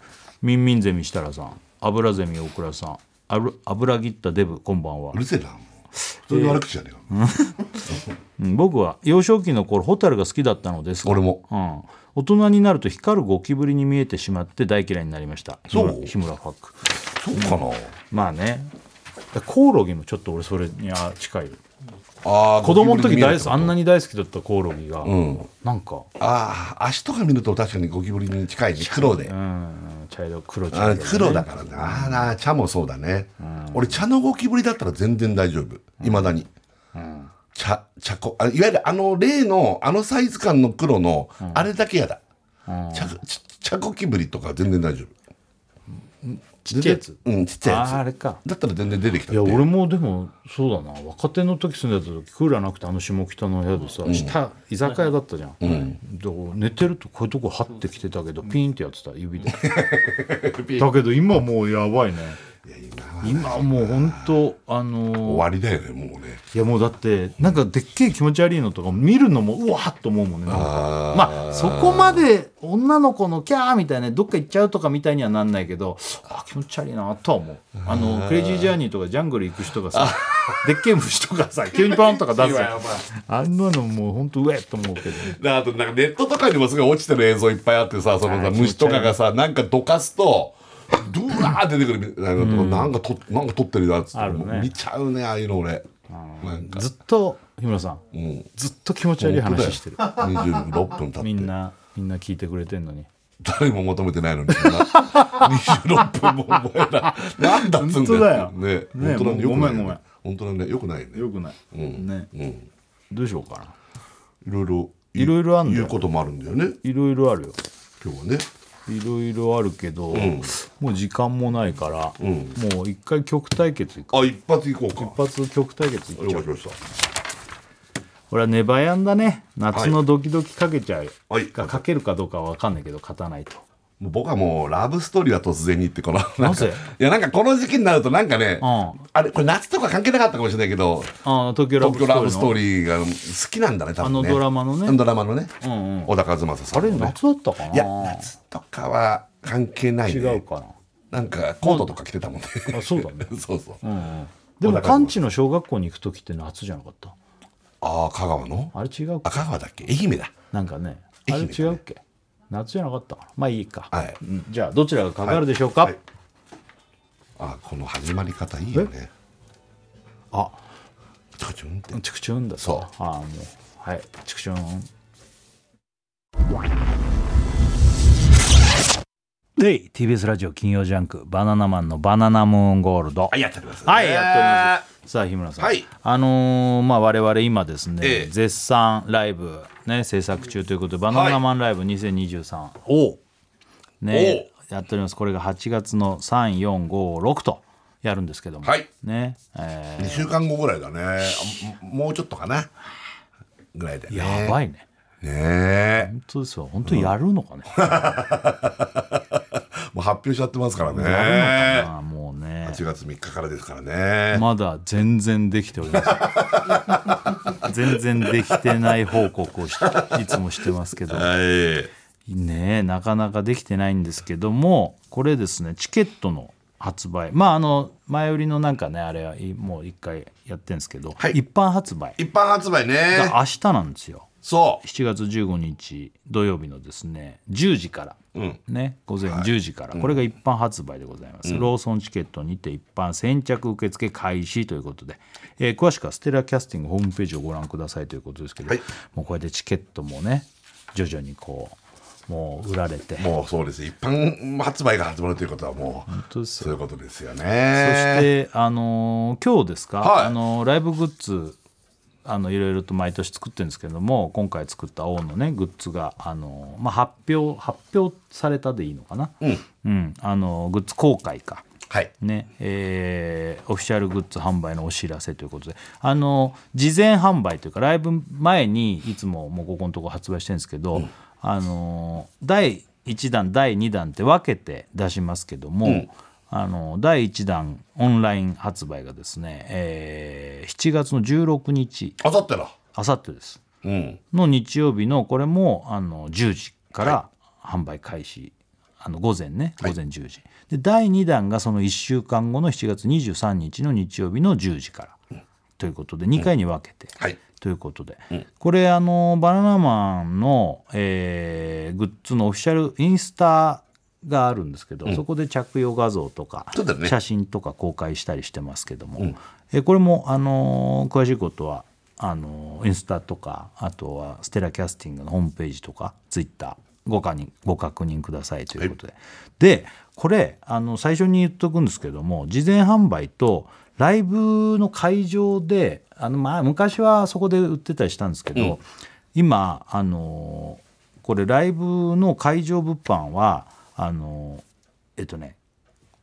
ミンミンゼミ設楽さん、油ゼミ大倉さん、あぶ油切ったデブ、こんばんはう。るせえなもうそれで悪口じゃねえよ、うん僕は幼少期の頃、ホタルが好きだったのですが俺もうん、大人になると光るゴキブリに見えてしまって大嫌いになりました。そう日村日村ファック。そうかなまあね。だコオロギもちょっと俺それにあ近いよあー子供のゴキブリ時大に見えるってこ好ときあんなに大好きだったコオロギが、んなんかああ足とか見ると確かにゴキブリに近いね黒で、うん茶色黒茶あ色、ー黒だからなあーな茶もそうだね、俺茶のゴキブリだったら全然大丈夫いまだに、茶茶こあいわゆるあの例のあのサイズ感の黒の、あれだけやだ、茶ち茶ゴキブリとか全然大丈夫ちっちゃいやつうんちっちゃいやあーあつれかだったら全然出てきたいや俺もでもそうだな若手の時住んでた時クーラーなくてあの下北の部屋でさ、下居酒屋だったじゃん、で寝てるとこういうとこ張ってきてたけどピンってやってた指でだけど今もうやばいね今はもう本当あのー終わりだよねもうねいやもうだってなんかでっけえ気持ち悪いのとか見るのもうわーっと思うもんねなんかまあそこまで女の子のキャーみたいなどっか行っちゃうとかみたいにはなんないけどあ気持ち悪いなとは思うあのクレイジージャーニーとかジャングル行く人がさでっけえ虫とか さ急にパンとか出すじゃんあんなのもうほんとうえっと思うけどねであとなんかネットとかにもすごい落ちてる映像いっぱいあってさそのさ虫とかがさなんかどかすとドゥワー出てくるみたいなのとかなんかとなんか撮ってるやつとあかるねもう見ちゃうねああいうの俺なんかずっと日村さん、んずっと気持ち悪い話してる26分経ってみんなみんな聞いてくれてんのに誰も求めてないのにそんな26分もお前らなんだっつうん本当だよねね本当だねもうよくないごめんごめん本当だねよくないよねよくない、ね、どうしようかないろいろいろいろあんだよ言うこともあるんだよねいろいろあるよ今日はねいろいろあるけど、もう時間もないから、もう一回曲対決いくあ一発いこうか一発曲対決いっ了ちゃ解うしましたこれはネバヤンだね夏のドキドキかけちゃう、はいかかけるかどうかは分かんないけど勝たないともう僕はもうラブストーリーは突然にってこのなぜんかいやなんかこの時期になるとなんかね、うんあれこれ夏とか関係なかったかもしれないけどああ東京ラブ東京ストラブストーーリーリーが好きなんだね多分ねあのドラマのねドラマのね、んうん小田和正さのあんのれね、夏だったかないや夏とかは関係ない、ね、違うかなんかコートとか着てたもんね、 なあそうだねそうそう、でも小高君関知の小学校に行く時って夏じゃなかったああ香川のあれ違うあか香川だっけ愛媛だなんかねあ愛媛だれね違うっけ夏じゃなかったかなまあいいか、はいうんじゃあどちらがかかるでしょうか、はいあこの始まり方いいよねあチョコチュンってチクチュンだそうああもうはいチクチュンで TBS ラジオ金曜ジャンク「バナナマンのバナナムーンゴールド」はいやっておりますはいやっておりますさあ日村さん、はいあのーまあ我々今ですね、ええ絶賛ライブね制作中ということで「バナナマンライブ2023」をねやっておりますこれが8月の3456とやるんですけども、はいね、え2週間後ぐらいだねあももうちょっとかなぐらいだよーねやばいねねえ本当ですよ本当にやるのかね、もう発表しちゃってますからやるのかねなもうね8月3日からですからね、まだ全然できておりま せん全然できてない報告をしいつもしてますけどはいねえなかなかできてないんですけどもこれですねチケットの発売まああの前売りのなんかねあれはいもう一回やってるんですけど、はい一般発売一般発売ねが明日なんですよそう7月15日土曜日のですね10時から、ね、午前10時から、これが一般発売でございます、ローソンチケットにて一般先着受付開始ということで、えー詳しくはステラキャスティングホームページをご覧くださいということですけど、はいもうこうやってチケットもね徐々にこうもう売られてもうそうです一般発売が始まるということはもう当ですよそういうことですよそしねて、あのー今日ですか、はいあのーライブグッズあのいろいろと毎年作ってるんですけども今回作った王のねグッズが、あのーまあ、発表発表されたでいいのかな、うんあのーグッズ公開か。はいねえーオフィシャルグッズ販売のお知らせということであの事前販売というかライブ前にいつももうここのとこ発売してるんですけど、あの第1弾第2弾って分けて出しますけども、あの第1弾オンライン発売がですね、えー7月の16日あさってだあさってですうんの日曜日のこれもあの10時から販売開始、あの午前ね午前10時、で第2弾がその1週間後の7月23日の日曜日の10時から、ということで2回に分けて、はいということで、これあのバナナマンの、えーグッズのオフィシャルインスタがあるんですけど、そこで着用画像とか、そうだね写真とか公開したりしてますけども、えーこれも、あのー詳しいことはあのーインスタとかあとはステラキャスティングのホームページとかツイッターご確認ご確認くださいということで、でこれあの最初に言っとくんですけども事前販売とライブの会場であの、まあ、昔はそこで売ってたりしたんですけど、今あのーこれライブの会場物販はあのーえっとね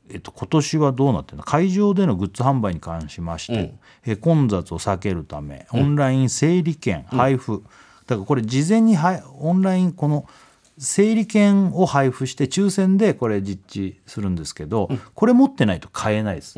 えっと、今年はどうなってるの会場でのグッズ販売に関しまして、えー混雑を避けるためオンライン整理券配布、だからこれ事前にはオンラインこの整理券を配布して抽選でこれ実地するんですけど、これ持ってないと買えないです、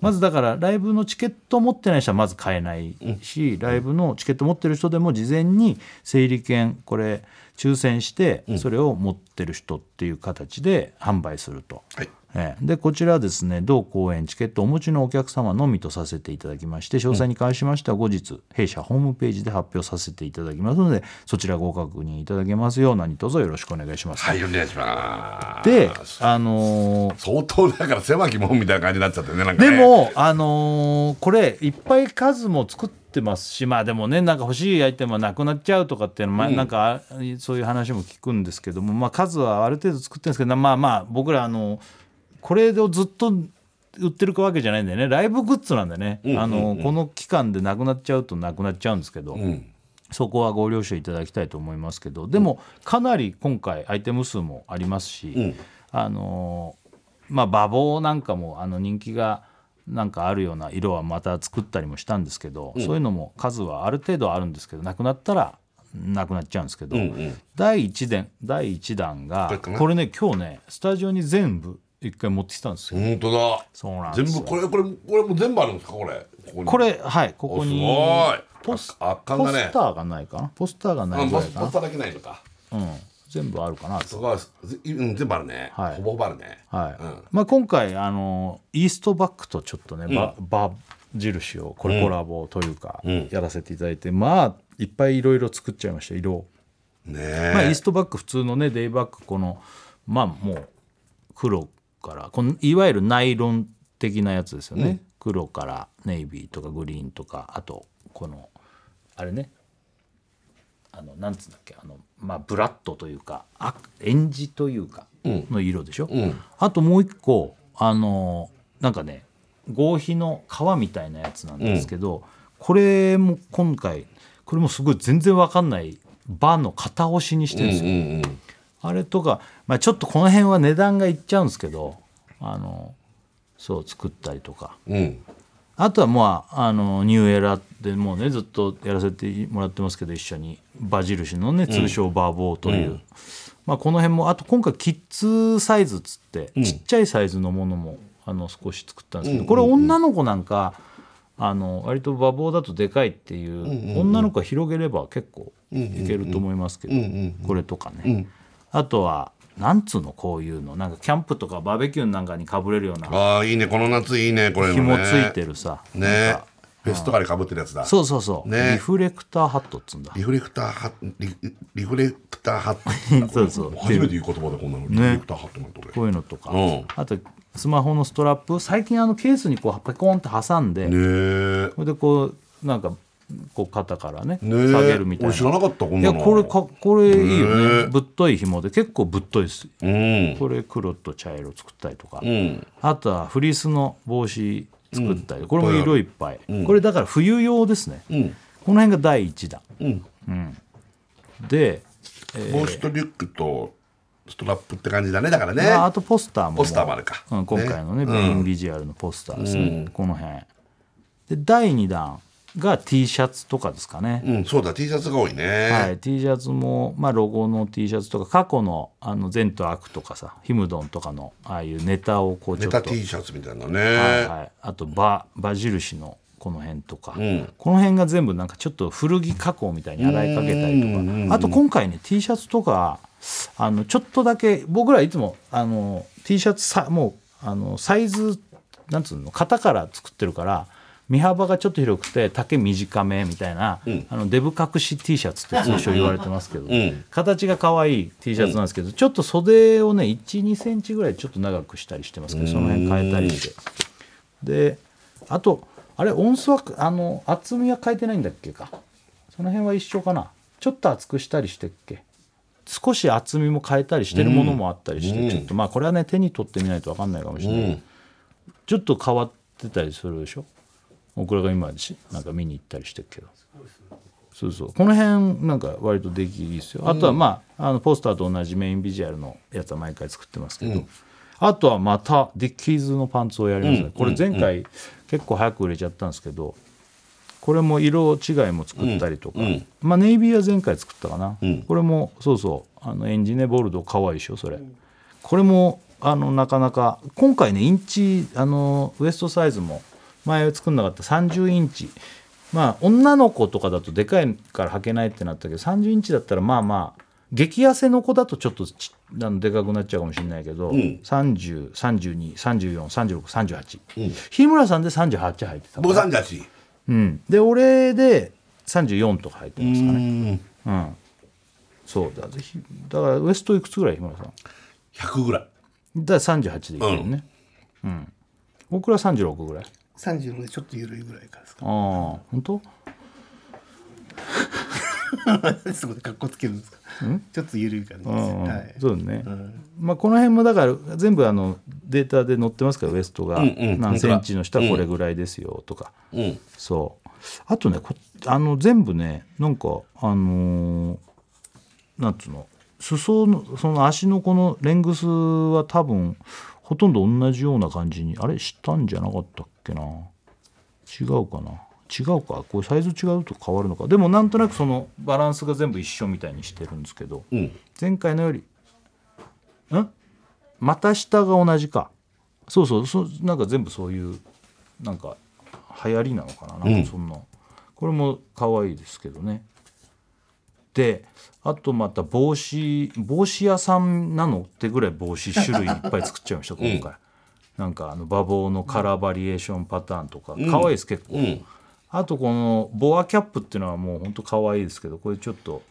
まずだからライブのチケット持ってない人はまず買えないし、ライブのチケット持ってる人でも事前に整理券これ抽選してそれを持ってる人っていう形で販売すると。はいええでこちらはですね同公演チケットをお持ちのお客様のみとさせていただきまして詳細に関しましては後日弊社ホームページで発表させていただきますのでそちらご確認いただけますよう何卒よろしくお願いします。はいお願いしますであのー相当だから狭き門みたいな感じになっちゃってねなんかねでも、あのーこれいっぱい数も作ってますしまあでもねなんか欲しいアイテムはなくなっちゃうとかっていうの、まあなんかあそういう話も聞くんですけども、まあ、数はある程度作ってるんですけどまあまあ僕らあのこれをずっと売ってるわけじゃないんだよねライブグッズなんでね、あのこの期間でなくなっちゃうとなくなっちゃうんですけど、そこはご了承いただきたいと思いますけどでもかなり今回アイテム数もありますし、あのーまあ馬房なんかもあの人気がなんかあるような色はまた作ったりもしたんですけど、そういうのも数はある程度あるんですけどなくなったらなくなっちゃうんですけど、第1弾第一弾がこれかなこれね今日ねスタジオに全部一回持ってきたんですよ。本当だそうなんです全よ部これこれこれも全部あるんですかこれここにこれはいここにおすごいポスあ圧巻だねポスターがないかなポスターがなあいぐボらいスかボなスターだけないのかうん、全部あるかなすと。ごいずうん全部あるね、はいほぼほぼあるねはいうんまあ、今回あのイーストバックとちょっとね、ばば印をこれコラボというか、んやらせていただいてまあいっぱいいろいろ作っちゃいました色を、ねまあ、イーえストバック普通のねデイバックこのまあもう黒からこのいわゆるナイロン的なやつですよね、黒からネイビーとかグリーンとかあとこのあれねあのなんつうんだっけあの、まあ、ブラッドというかあエンジというかの色でしょ、あともう一個あのなんかね合皮の皮みたいなやつなんですけど、これも今回これもすごい全然わかんないバの片押しにしてるんですよ、あれとか、まあ、ちょっとこの辺は値段がいっちゃうんですけどあのそう作ったりとかうんあとはまああのニューエラでもうねずっとやらせてもらってますけど一緒にバ印のね通称バーボーという、まあ、この辺もあと今回キッズサイズっつって、ちっちゃいサイズのものもあの少し作ったんですけど、これ女の子なんかあの割と馬房だとでかいっていう,、女の子は広げれば結構いけると思いますけど、これとかね、あとはなんつうのこういうのなんかキャンプとかバーベキューなんかにかぶれるようなああいいねこの夏いいねこれのね紐ついてるさ、ねえフェスとかでかぶってるやつだそうそうそう、ねリフレクターハットっつうんだリフレクターハットリリフレクターハットそうそう初めて言う言葉でこんなのリフレクターハットなんてこういうのとか、うんあとスマホのストラップ最近あのケースにこうペコンって挟ん俺で、ねそれでこうなんかこう肩からねえねえ下げるみたい俺知らな。なかったこんいなやのこれかこれいいよねね、えぶっとい紐で結構ぶっといですうんこれ黒と茶色作ったりとか、うんあとはフリースの帽子作ったり、これも色いっぱい、これだから冬用ですね、んこの辺が第1弾、うんで、帽子とリュックとストラップって感じだねだからねまあ、あとポスターももうポスターもあるかうん、今回のねねメインビジュアルのポスターですね、この辺で第2弾が T シャツとかですかね、うんそうだ T シャツが多いはねい、T シャツも、まあ、ロゴの T シャツとか過去のあの善と悪とかさヒムドンとかのああいうネタをこうちネょっタと T シャツみたいなはいねはい、あとババ印のこの辺とか、んこの辺が全部なんかちょっと古着加工みたいに洗いかけたりとか、うんうんうんあと今回ね T シャツとかあのちょっとだけ僕らいつもあの T シャツさもうあのサイズなんつうの型から作ってるから身幅がちょっと広くて丈短めみたいな、あのデブ隠し T シャ ツって通称言われてますけど、ん形が可愛い T シャツなんですけど、ちょっと袖をね12センチぐらいちょっと長くしたりしてますけどその辺変えたりして。であとあれ音数はあの厚みは変えてないんだっけかその辺は一緒かなちょっと厚くしたりしてっけ少し厚みも変えたりしてるものもあったりして、ちょっとまあこれはね手に取ってみないと分かんないかもしれない、ちょっと変わってたりするでしょ僕らが今しなんか見に行ったりしてるけどそうそうこの辺なんか割と出来いいですよあとはまああのポスターと同じメインビジュアルのやつは毎回作ってますけど、あとはまたディッキーズのパンツをやりますね、これ前回結構早く売れちゃったんですけどこれも色違いも作ったりとか、まあネイビーは前回作ったかな、これもそうそうあのエンジネボルド可愛いでしょそれ、これもあのなかなか今回ねインチあのウエストサイズも前作んなかった30インチまあ女の子とかだとでかいから履けないってなったけど30インチだったらまあまあ激痩せの子だとちょっとちあのでかくなっちゃうかもしれないけど、3032343638、日村さんで38履いてた僕38うん、で俺で34とか入ってますかうねんうん、そうだぜひだからウエストいくつぐらい日村さん100ぐらいだから38でいけるね、うん僕ら36ぐらい36でちょっと緩いぐらいからですあかあ本当そこで格好つける んですかちょっと緩い感じうですん、はいそうだね、んまあ、この辺もだから全部あのデータで載ってますからウエストがんうん何センチの下これぐらいですよとか、うんそうあとねこあの全部ねなんかあのーなんつうの裾のその足のこのレングスは多分ほとんど同じような感じにあれしたんじゃなかったっけな違うかな違うかこれサイズ違うと変わるのかでもなんとなくそのバランスが全部一緒みたいにしてるんですけど、ん前回のよりん股下が同じかそうそうそうなんか全部そういうなんか流行りなのかななんかそんな、これも可愛いですけどねであとまた帽子帽子屋さんなのってぐらい帽子種類いっぱい作っちゃいました今回、なんかあの馬房のカラーバリエーションパターンとか可愛いです結構、あとこのボアキャップっていうのはもうほんと可愛いですけどこれちょっと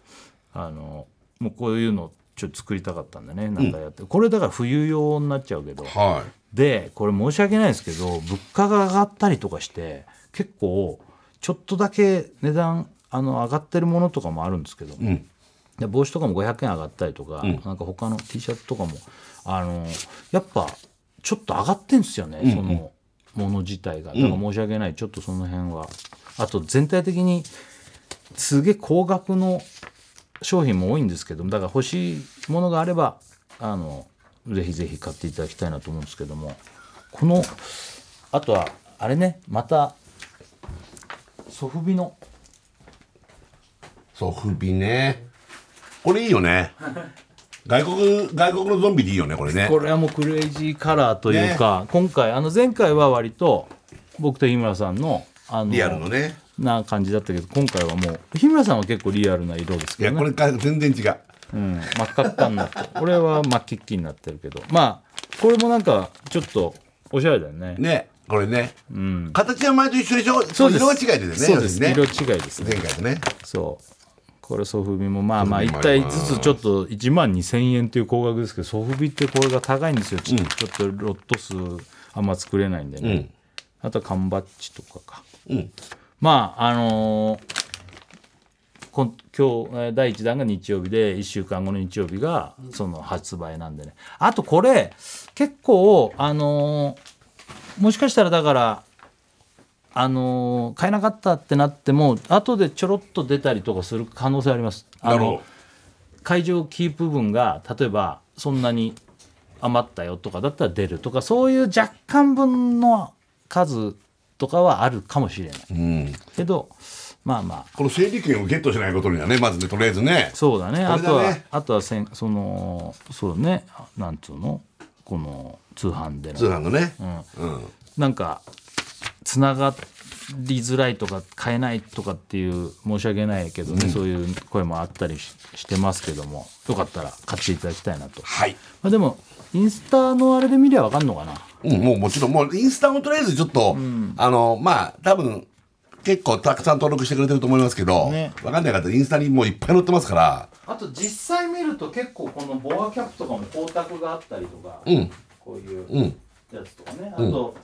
あのもうこういうのちょっと作りたかったんでねなんかやって、これだから冬用になっちゃうけど、はいでこれ申し訳ないですけど物価が上がったりとかして結構ちょっとだけ値段あの上がってるものとかもあるんですけど、で帽子とかも500円上がったりとか、なんか他の T シャツとかもあのやっぱちょっと上がってんですよね、そのもの自体がだから申し訳ない、ちょっとその辺はあと全体的にすげえ高額の商品も多いんですけどもだから欲しいものがあればあのぜひぜひ買っていただきたいなと思うんですけどもこのあとはあれねまたソフビのソフビねこれいいよ ね外国外国のゾンビでいいよねこれねこれはもうクレイジーカラーというか、今回あの前回は割と僕と日村さんのあのリアルのねな感じだったけど今回はもう日村さんは結構リアルな色ですいけやどこねれか全然違ううん、真っ赤っかになってる俺は真っ黄っきになってるけどまあこれもなんかちょっとおしゃれだよねねこれね、形は前と一緒でしょそうです色は違いだよねそうです、要る色に違ねいですね前回とねそうこれソフビもまあまあソフ一ビもあり体ますずつちょっと1万2000円という高額ですけどソフビってこれが高いんですよち,、ょっとロット数あんま作れないんでね、あとは缶バッジとかか、うんまああのーこん今日えー第1弾が日曜日で1週間後の日曜日がその発売なんでねあとこれ結構あのーもしかしたらだからあのー買えなかったってなっても後でちょろっと出たりとかする可能性ありますあなのるほど会場キープ分が例えばそんなに余ったよとかだったら出るとかそういう若干分の数とかはあるかもしれない、けどまあまあこの整理券をゲットしないことにはねまずねとりあえずねそうだねこあれとだねはあとはせんそのそうねなんつうのこの通販での通販のね、なんかつながりづらいとか買えないとかっていう申し訳ないけどね、そういう声もあったりししてますけどもよかったら買っていただきたいなと、はい、まあ、でもインスタのあれで見りゃ分かんのかなうん、もうもちろんもうインスタもとりあえずちょっと、あのまあ多分結構たくさん登録してくれてると思いますけど、ねわかんない方インスタにもういっぱい載ってますからあと実際見ると結構このボアキャップとかも光沢があったりとか、うんこういううんやつとかねあと、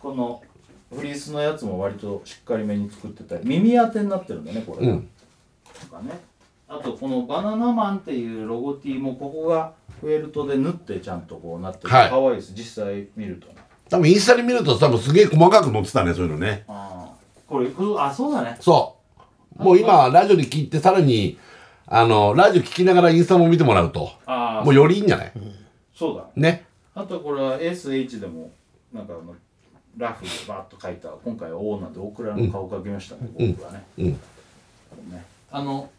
このフリースのやつも割としっかりめに作ってたり耳当てになってるんだねこれうが、んとかねあとこのバナナマンっていうロゴ T もここがフェルトで縫ってちゃんとこうなってるはいかわいいです実際見ると多分インスタに見ると多分すげえ細かく載ってたねそういうのねあーこれうあそうだねそうもう今ラジオに聞いてさらにあのラジオ聞きながらインスタも見てもらうとあもうよりいいんじゃないそうだねあとこれは SH でもなんかあのラフでバーッと書いた今回はオーナーでオクラの顔を描きましたね、僕はね,、うんねあの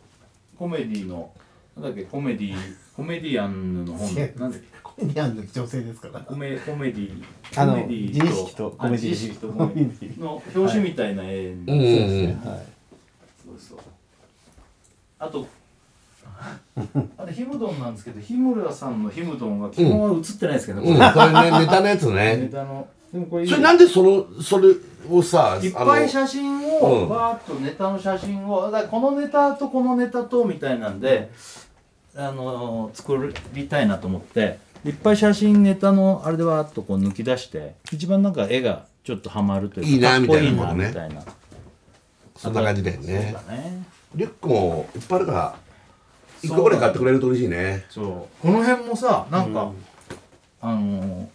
コメディのなんだっけコメディコメディアンの本なんだっけこれにあんの女性ですからコメコメディあのコメディ自意識とコメディあ自意識とコメディの表紙みたいな絵に、うんうんうんはいそうそうあと あとヒムドンなんですけど日村さんのヒムドンが基本は映ってないですけど、うん、こそれれね、ネタのやつネね。タのでもこれいいそれなんでその、それをさ、いっぱいあの写真うをんバーッとネタの写真をだからこのネタとこのネタとみたいなんで、あのー作りたいなと思っていっぱい写真ネタのあれでわーっとこう抜き出して一番なんか絵がちょっとハマるというかいいなかっこいいなみみたいなことねたいなそんな感じだよそうねだ。ねリュックもいっぱいあるから、一個ぐらい買ってくれると嬉しいね。そうこの辺もさなんか、あの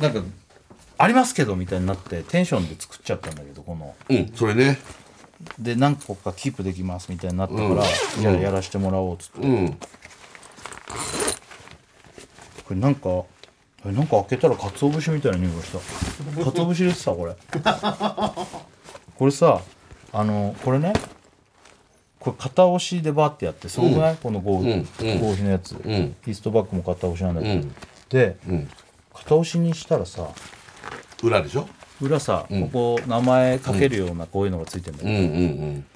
ーなんかありますけどみたいになってテンションで作っちゃったんだけどこのうんそれねで何個かキープできますみたいになったから、じゃあやらしてもらおうっつって、うんこれなんかえなんか開けたら鰹節みたいな匂いがした鰹節ですさ これこれさあのこれねこれ片押しでバーってやってすごくない、この合皮、うんうん合皮のやつ、んイーストバッグも片押しなんだけど、うんで、ん片押しにしたらさ裏でしょ裏さ、ここ名前書けるようなこういうのがついてんだけど、うんうんうん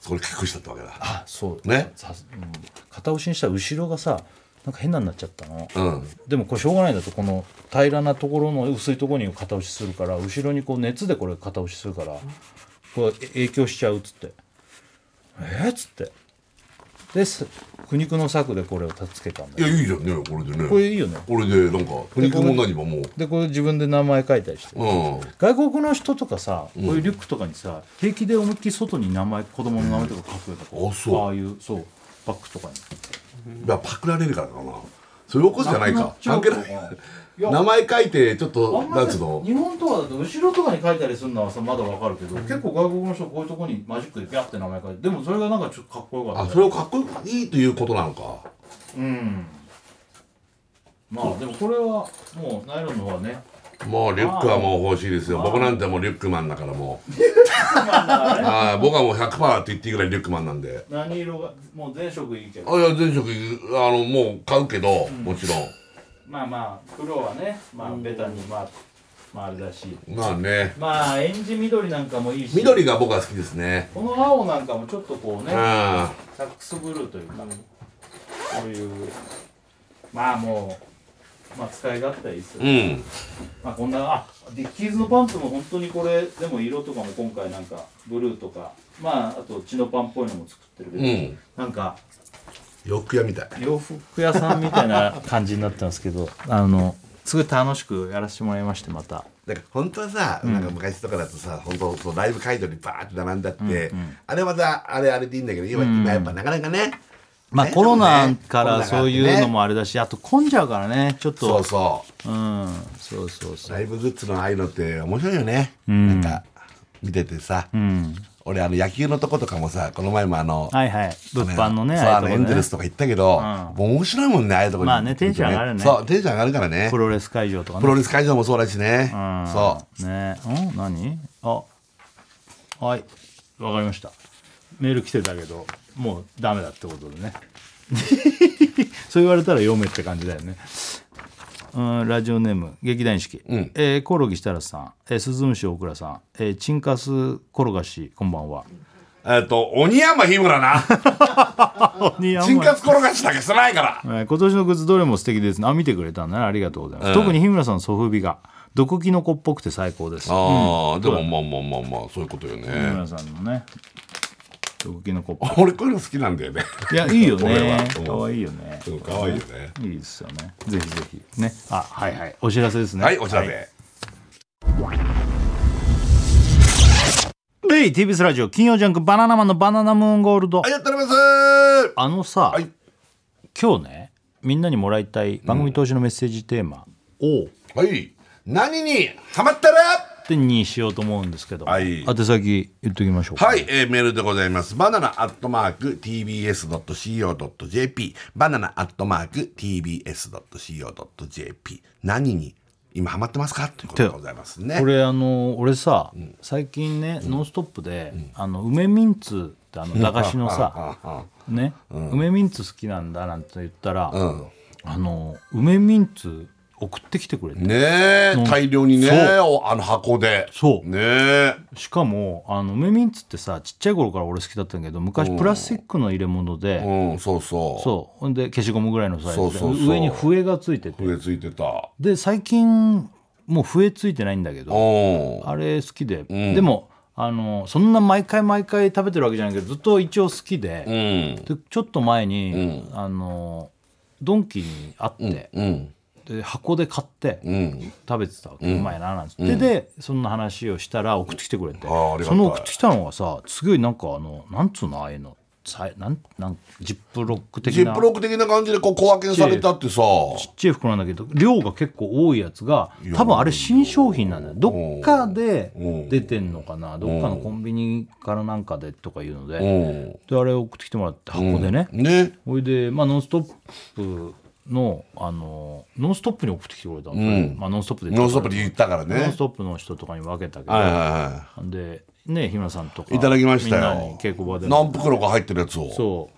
それ隠したってわけだあそうねさうん片押しにしたら後ろがさなんか変なになっちゃったの、うんでもこれしょうがないんだとこの平らなところの薄いところに片押しするから後ろにこう熱でこれ片押しするからこれえ影響しちゃうっつってえっ、つってです苦肉の策でこれをたっつけたんいだやよいいじゃんねこれでねこれいいよねこれでなんか腐肉も何ももうでこれ自分で名前書いたりしてうん外国の人とかさこういうリュックとかにさ平気で思いっきり外に名前子供の名前とか書くよとか、あそうああいうそうバッグとかにいやパクられるからかなそういうことじゃないかな関係くななっちゃうかないや名前書いてちょっとあんまなんつうの日本とかだと後ろとかに書いたりするのはさまだわかるけど、結構外国の人こういうとこにマジックでピャって名前書いてでもそれがなんかちょっとかっこよかあったそれをかっこいいということなのかうんまあでもこれはもうナイロンの方はねもうリュックはもう欲しいですよ僕なんてもうリュックマンだからもうああ僕はもう100%って言っていいぐらいリュックマンなんで何色がもう全色いいけどあいや前職あのもう買うけどもちろんまあまあ黒はねまあベタにまあまああれだしまあねまあエンジ緑なんかもいいし緑が僕は好きですねこの青なんかもちょっとこううねんあサックスブルーというか、そういうまあもう、まあ、使い勝手はいいですよ、うんまあこんなあディッキーズのパンツも本当にこれでも色とかも今回なんかブルーとかまああとチノパンっぽいのも作ってるけうど、んなんか洋服屋みたい洋服屋さんみたいな感じになってますけどあのすごい楽しくやらせてもらいましてまたなんか本当はさ、なんか昔とかだとさ本当そうライブ会場にバーって並んだって、あれまたあれあれでいいんだけど今,、今やっぱなかなかねまあねコロナかコロナがあらってねそういうのもあれだしあと混んじゃうからねちょっそとうそううんそうそうそううライブグッズのああいうのって面白いよね、なんか見ててさ、俺あの野球のとことかもさこの前もあの、はいはい物販のねそうあああいうのとこエねンゼルスとか行ったけど、もう面白いもんねああいうとこにまあねテンション上がるねそうテンション上がるからねプロレス会場とかプねロレス会場もそうだしね、うんそねうん何あはいわかりましたメール来てたけどもうダメだってことでね そう言われたら読めって感じだよねうんラジオネーム劇団四季、えーコオロギ設楽さん、えー、鈴虫大倉さん、えー、チンカス転がしこんばんはうえっと鬼山日村な新活転がしだけしてないからえー今年のグッズどれも素敵ですねあ見てくれたんだねありがとうございます、特に日村さんのソフビが毒キノコっぽくて最高ですああ、でもまあまあまあまあそういうことよ日ね。村さんのね毒キノコっぽく俺こういうの好きなんだよね。いやいいよこれねは可愛いよねうん可愛いよね。いいですよねぜひぜひねあはいはいお知らせですねはい、お知らせ。レイ TBS ラジオ金曜ジャンクバナナマンのバナナムーンゴールドはい、やっておりますー。あのさはい今日ねみんなにもらいたい番組投資のメッセージテーマをはい、何にハマったら。でにしようと思うんですけどはい宛先言っときましょうかはい、えー、メールでございます。バナナアットマーク tbs.co.jp バナナアットマーク tbs.co.jp 何に今ハマってますかということでございますね。これあの俺さ、最近ね「ノンストップで」あの梅ミンツってあの駄菓子のさ、 ああね、梅ミンツ好きなんだなんて言ったら、んあの梅ミンツ送ってきてくれて、ねえ、大量にねそおあの箱で。そうねえ。しかもあの梅ミンツってさちっちゃい頃から俺好きだったんだけど昔プラスチックの入れ物で、うん、そうそう。そうほんで消しゴムぐらいのサイズでそうそうそう上に笛がついてて上ついてた。で最近もう笛ついてないんだけどおあれ好きで、でもあのそんな毎回毎回食べてるわけじゃないけどずっと一応好きうで,、ん。でちょっと前に、あのドンキにあって、うん。で箱で買って、うん。食べてたわけ、うまいななんつって、でそんな話をしたら送ってきてくれてあーありがたいその送ってきたのがさすごいなんかあのなんつうのああいうのさなんなんジップロック的ジなップロック的な感じでこう小分けにされたってさちっちゃい袋なんだけど量が結構多いやつが多分あれ新商品なんだよどっかでうん出てんのかなどっかのコンビニからなんかでとかいうのでうでんあれ送ってきてもらって箱でねねほいで「まあノンストップの」あの「ノンストップ!」に送ってきてくれたんですよまあノンストップでノンストップで言ったからノンねストップの人とかに分けたけどはいはいはでね日村さんとかいいただきましたよみんなに稽古場で何袋か入ってるやつをそ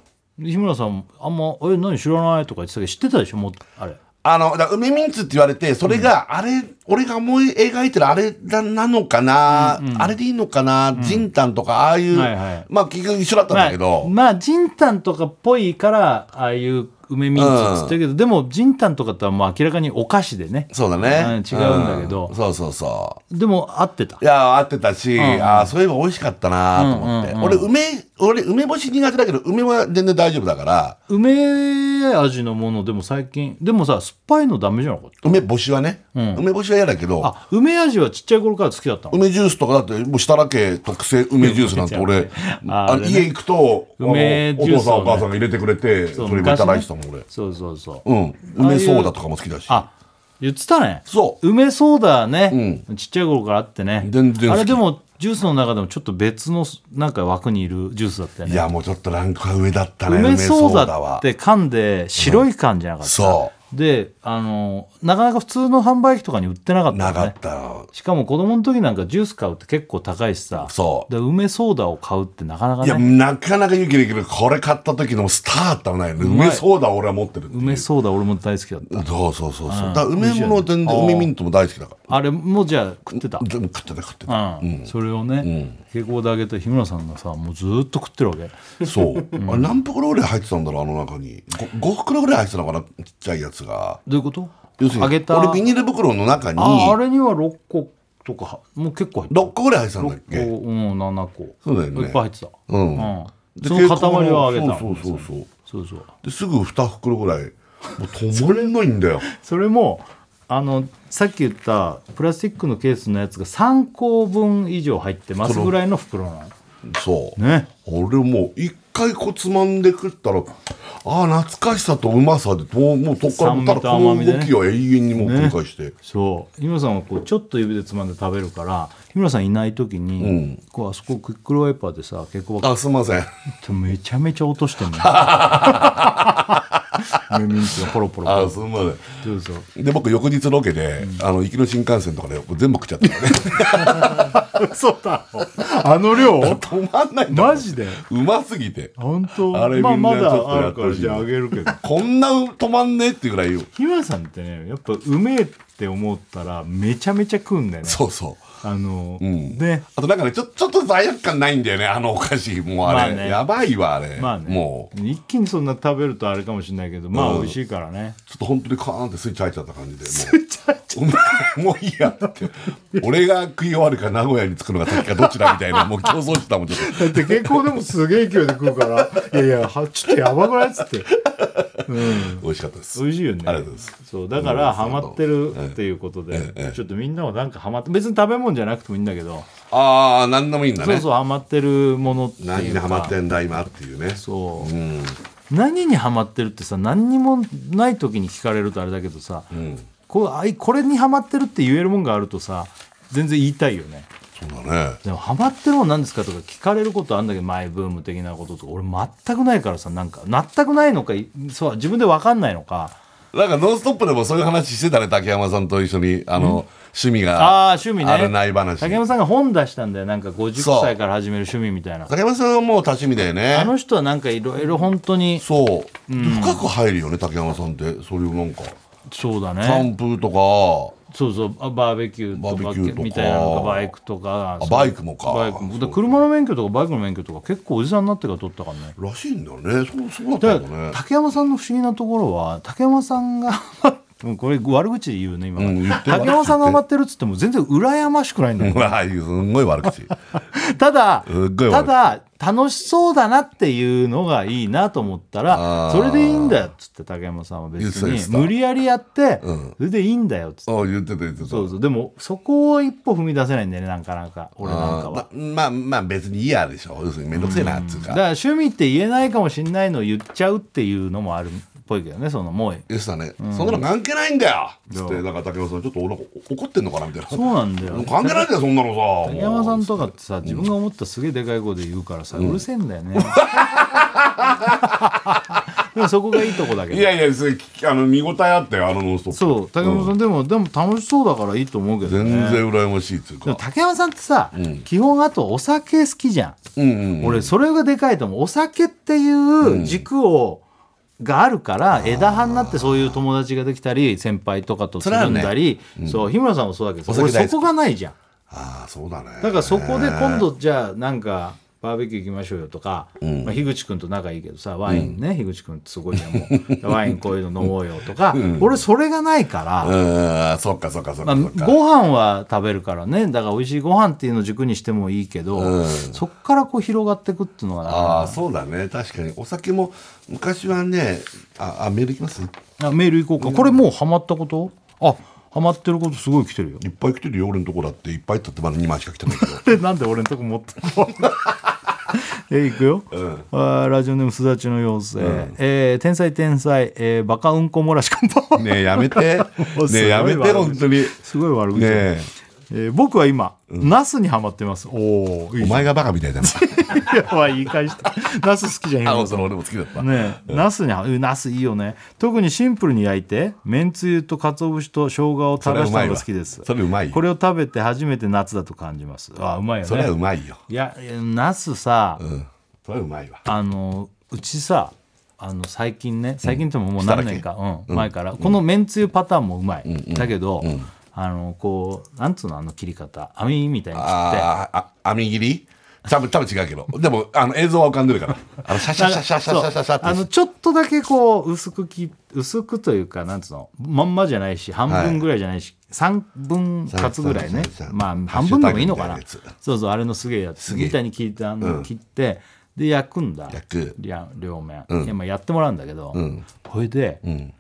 うで日村さんあんま「え何知らない?」とか言ってたけど知ってたでしょもうあれあの、だから梅ミンツって言われて、それが、あれ、俺が思い描いてるあれななのかな、あれでいいのかな、ジンタンとか、ああいう、はいはいまあ、結局一緒だったんだけど、まあ、まあ、ジンタンとかっぽいからああいう梅ミンチっつってるけど、でもジンタンとかとはもう明らかにお菓子でねそうだね、うん違うんだけどうそうそうそでも合ってたう。いや、合ってたし、ああ、そういえば美味しかったなと思って、俺、梅、俺、梅干し苦手だけど、梅は全然大丈夫だから、梅味のものでも最近でもさ酸っぱいのダメじゃなかった梅干しはね、梅干しは嫌だけど、あ梅味はちっちゃい頃から好きだったの梅ジュースとかだってもう設楽家特製梅ジュースなんて俺あああれね家行くとあの梅おジュースをね父さんお母さんが入れてくれてそれもいただいてたもん俺そうそうそう、うん梅ソーダとかも好きだしあ言ってたねそう梅ソーダね、ちっちゃい頃からあってね全然好きあれでもジュースの中でもちょっと別のなんか枠にいるジュースだったよいねやもうちょっとランクは上だったね梅ソー梅ダって缶で白い缶じゃなかった、そであのなかなか普通の販売機とかに売ってなかっうたなのかねったよしかも子供の時なんかジュース買うって結構高いしさそうで梅ソーダを買うってなかなかいやねなかなか勇気できるこれ買った時のスターったらないよねまい梅ソーダを俺は持ってるっていう梅ソーダ俺も大好きだったそうそうそうそうだから梅もの全然梅ミントも大好きだかあれもじゃあ食ってたら全部食ってた食ってたうん、それをね、蛍光であげて日村さんがさもうずーっと食ってるわけそう、あれ何袋ぐらい入ってたんだろうあの中に 5, 袋ぐらい入ってたのかなちっちゃいやつがどういうこと要するにあげた俺ビニール袋の中にああ6れには6個とかもう結構入ってた個ぐらい入ってたんだっこけううん7個そうだよねいっぱい入ってたうんうでその塊はあげたのそうそうそうそうそうそうですぐ2袋ぐらいもう止まれないん だよそれもあのさっき言ったプラスチックのケースのやつが3個分以上入ってますぐらいの袋なそう、のね俺もう一回こうつまんで食ったらああ懐かしさとうまさでもうもうそっからもうただ酸味とこ甘のみでね動きを永遠にもう繰り返して、そう日村さんはこうちょっと指でつまんで食べるから日村さんいない時に、うんこうあそこクイックルワイパーでさ結構あすいませんめちゃめちゃ落としてんの ミンチがポロポロあすいませんそうそうで僕翌日ロケで、あの行きの新幹線とかで全部食っちゃったからね嘘だろあの量止まんないんだもんマジでうますぎて本当あれまあみんなまちょっだとあやるってかほらしいじゃああげるけどこんな止まんねえってぐらいよ日村さんってねやっぱうめえって思ったらめちゃめちゃ食うんだよねそうそうあの、んねあとなんかねちょちょっと罪悪感ないんだよねあのお菓子もうあれ、まあねやばいわあれ、まあねもう一気にそんな食べるとあれかもしれないけどまうあん美味しいから ね、ちょっと本当にカーンってスイッチ入っちゃった感じでスイッチ入っちゃったもういいやって俺が食い終わるか名古屋に着くのが先かどっちだみた いなもう競争してたもんちょっとだって健康でもすげえ勢いで食う から「いやいやはちょっとやばくない?」っつって美味しかったです美味しいよねありがとうございますそうだからハマってるっていうことでちょっとみんなもなんかハマって別に食べ物じゃなくてもいいんだけど、ああ何でもいいんだそうねそうハマってるものっていうか何にハマってんだ今っていうねそう、うん何にハマってるってさ何にもない時に聞かれるとあれだけどさ、うんこうあいこれにハマってるって言えるもんがあるとさ全然言いたいよねそうだねでもハマってるもん何ですかとか聞かれることあんだけどマイブーム的なこととか俺全くないからさなんか全くないのかいそう自分で分かんないのかなんか「ノンストップ!」でもそういう話してたね竹山さんと一緒にあの趣味がああー趣味ねあれない話竹山さんが本出したんだよなんかそう50歳から始める趣味みたいな竹山さんはもう多趣味だよあねの人はなんかいろいろ本当にそう、深く入るよね竹山さんってそれをなんかそうだねキャンプとかそうそうあバーベキューとかバーベキューとかみたいなのとかバイクとかそうバイクもかバイクもそでう車の免許とかバイクの免許とか結構おじさんになってから取ったからねらしいんだよねそうそうだっただかんだらね竹山さんの不思議なところは竹山さんが ハマっうんこれ悪口言うね今、うん言って竹山さんがハマってるっつっても全然羨ましくないんだもんう わあすんごい悪 口ただすっごい悪いただ楽しそうだなっていうのがいいなと思ったらあーそれでいいんだよっつって竹山さんは別言ってた言ってにた無理やりやって、うんそれでいいんだよっつってそう言ってた言ってたそうそうでもそこを一歩踏み出せないんだよねなんかなんか俺なんかは。あーままあまあ別にいいやでしょ要するに面倒くせえなっつうだかから趣味って言えないかもしれないのを言っちゃうっていうのもあるっぽいけどねそのもう言ってたね、そんなの関係ないんだよつっそてうなんか竹山さんちょっと俺怒ってんのかなみたいなそうなんだよ関係ないんだよそんなのさ竹山さんとかってさ自分が思ったすげえでかい声で言うからさ、うるせえんだよ ねでもそこがいいとこだけどいやいやそれきあの見応えあったよあのノンストップそう竹山さん、でもでも楽しそうだからいいと思うけど全ね然羨ましいっつうでもか竹山さんってさ、基本あとお酒好きじゃん、うんうん俺それがでかいと思うお酒っていう軸を、があるから枝葉になってそういう友達ができたり先輩とかとつそれはあるるんねだりそう,、日村さんもそうだけどおさ俺酒大好きそこがないじゃんああそうだねだからそこで今度じゃあなんかバーベキュー行きましょうよとか、まあ、樋口君と仲いいけどさワインね、樋口君ってすごいじゃんもう ワインこういうの飲もうよとか、俺それがないから、うーんそっかそっかそっまかあ、そっか、ご飯は食べるからねだから美味しいご飯っていうのを軸にしてもいいけど、うんそっからこう広がっていくっていうのがなかああそうだね確かにお酒も昔はねああメールいきますいなかあメール行こうかこれもうハマったことあハマってることすごい来てるよっぱい来てるよ俺のとこだっていっぱいってってまだ2枚しか来てないけどで なんで俺のとこ持ってこの えいくよ、あーラジオネームすだちの妖精、えー天才天才、えーバカうんこ漏らしこんばんはねえやめてもうすごねいえやめて悪口本当にねすごい悪口だ、ええー僕は今、ナスにハマってますお おいいお前がバカみたいだなやばい言い返したナス好きじゃんあ今のその俺も好きだった、ねえ、ナスには、うんナスいいよね。特にシンプルに焼いて、めんつゆと鰹節と生姜を垂らしたのが好きです。それうまいわそれうまいよこれを食べて初めて夏だと感じます。あ、うまいよそれはうね。まいよ、いや、いやナスさ、うん、それはうまいわあの、うちさ。あの最近ね最近とももう何年か、うん前から、このめんつゆパターンもうまい、だけど、あのこうなんつうのあの切り方網みたいに切ってあーああ網切り多分多分違うけどでもあの映像は浮かんでるからあのシャシャシャシャシャシャシャシャってあのちょっとだけこう薄くき薄くというかなんつうのまんまじゃないし半分ぐらいじゃないし、三分割ぐらいね三三まあ三半分でもいいのかなハッシュタグみたいなやそうそうあれのすげえやつすげえみたいに切ってあの、切ってで焼くんだ焼くりゃ両面、いやまあやってもらうんだけど、んほいで、ん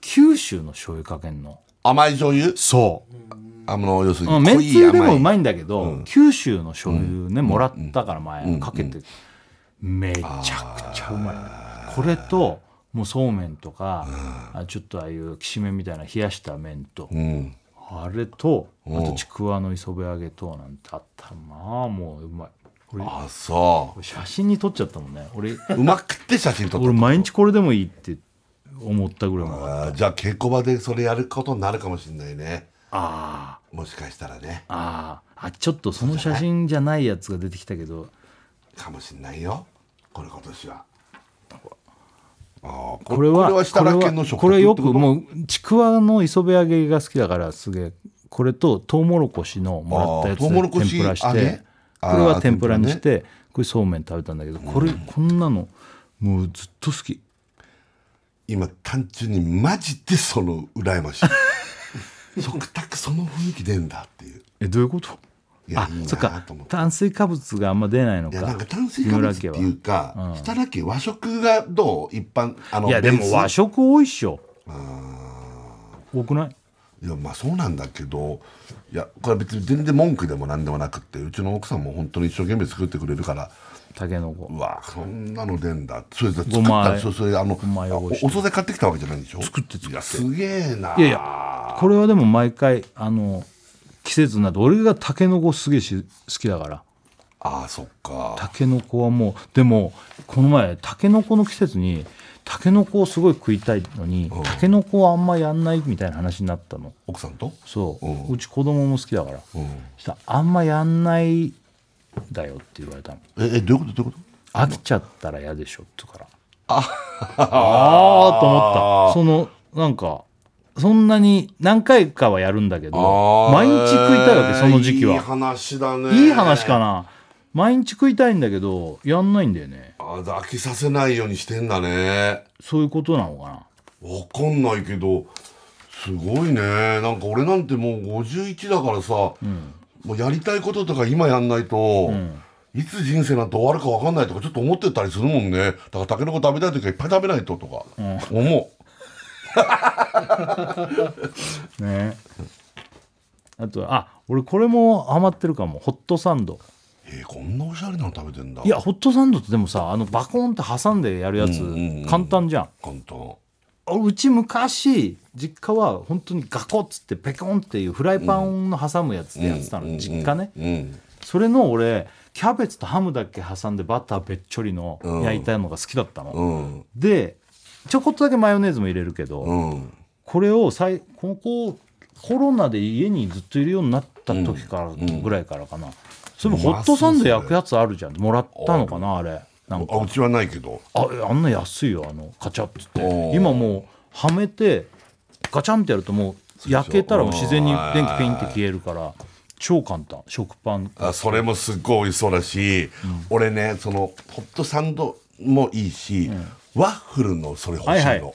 九州の醤油かけんの甘い醤油そうあの要するうにんめん濃つい甘ゆいでもうまいんだけど、九州の醤油ね、もらったから前、かけて、めちゃくちゃうまいのこれともうそうめんとか、あちょっとああいうきしめんみたいな冷やした麺と、うんあれとあんとちくわの磯辺揚げとなんてあったらまあもううまいこれこあそれ写真に撮っちゃったもんね俺ううまくって写真撮った 俺毎日これでもいいって思ったぐらいもあーじゃあ稽古場でそれやることになるかもしれないねああもしかしたらねあーあちょっとその写真じゃないやつが出てきたけどかもしれないよこれ今年はああこれはこれは設楽家の食これは卓よってこくともうちくわの磯辺揚げが好きだからすげえこれとトウモロコシのもらったあートウモやロつでコシ天ぷらし揚てげこれあはー天ぷらに天しぷてこれそうめん食べたんだけどこれこんなのもうずっと好き今単純にマジでその羨 ましい食卓その雰囲気出んだっていうえどういうこといやあいいそっなかと思って炭水化物があんま出ないのいやなんかか炭水化物って木い村うか設楽家和食がどう一般あのいやでも和食食多いっしょ多くないいやまあそうなんだけどいやこれ別に全然文句でも何でもなくってうちの奥さんも本当に一生懸命作ってくれるからたけのこうわそんなの出んだそれで作ごっまあえたそれそれあのまああお汚おして惣菜買ってきたわけじゃないんでしょ作って作っていやすげえないいやいやこれはでも毎回あの季節になって俺がたけのこすげえし好きだからああそっかタケノコはもうでもこの前タケノコの季節にタケノコをすごい食いたいのにタケノコはあんまやんないみたいな話になったの奥さんとそう、ううんち子供も好きだから、うんしたらあんまやんないだよって言われたのええどういうことどういうこと飽きちゃったら嫌でしょって言うからああーと思ったそのなんかそんなに何回かはやるんだけど毎日食いたいわけその時期いいは話だねいい話かな毎日食いたいんだけどやんないんだよねあ飽きさせないようにしてんだねそういうことなのかなわかんないけどすごいねなんか俺なんてもう51だからさ、もうやりたいこととか今やんないと、いつ人生なんて終わるかわかんないとかちょっと思ってたりするもんねだからタケノコ食べたい時はいっぱい食べないととか思ねあとあ俺これもハマってるかもホットサンドう、えーこんなおしゃれなの食べてんだいやホットサンドってでもさあのバコンって挟んでやるやつうんうんうん簡単じゃん,、簡単あうち昔実家は本当にガコッつってペコンっていうフライパンの挟むやつでやってたの、実家ねうんそれの俺キャベツとハムだけ挟んでバターべっちょりのうん焼いたのが好きだったの、うんでちょこっとだけマヨネーズも入れるけど、うんこれをさいここコロナで家にずっといるようになった時からんぐらいからかな、それもホットサンド焼くやつあるじゃんもらったのかなあれなんかあうちはないけどああんな安いよあのカチャッつっておー今もうはめてガチャンってやるともう焼けたらもう自然に電気ピンって消えるから超簡単食パンあそれもすっごい美味しそうだし、俺ねそのホットサンドもいいし、ワッフルのそれ欲しいの、はいはい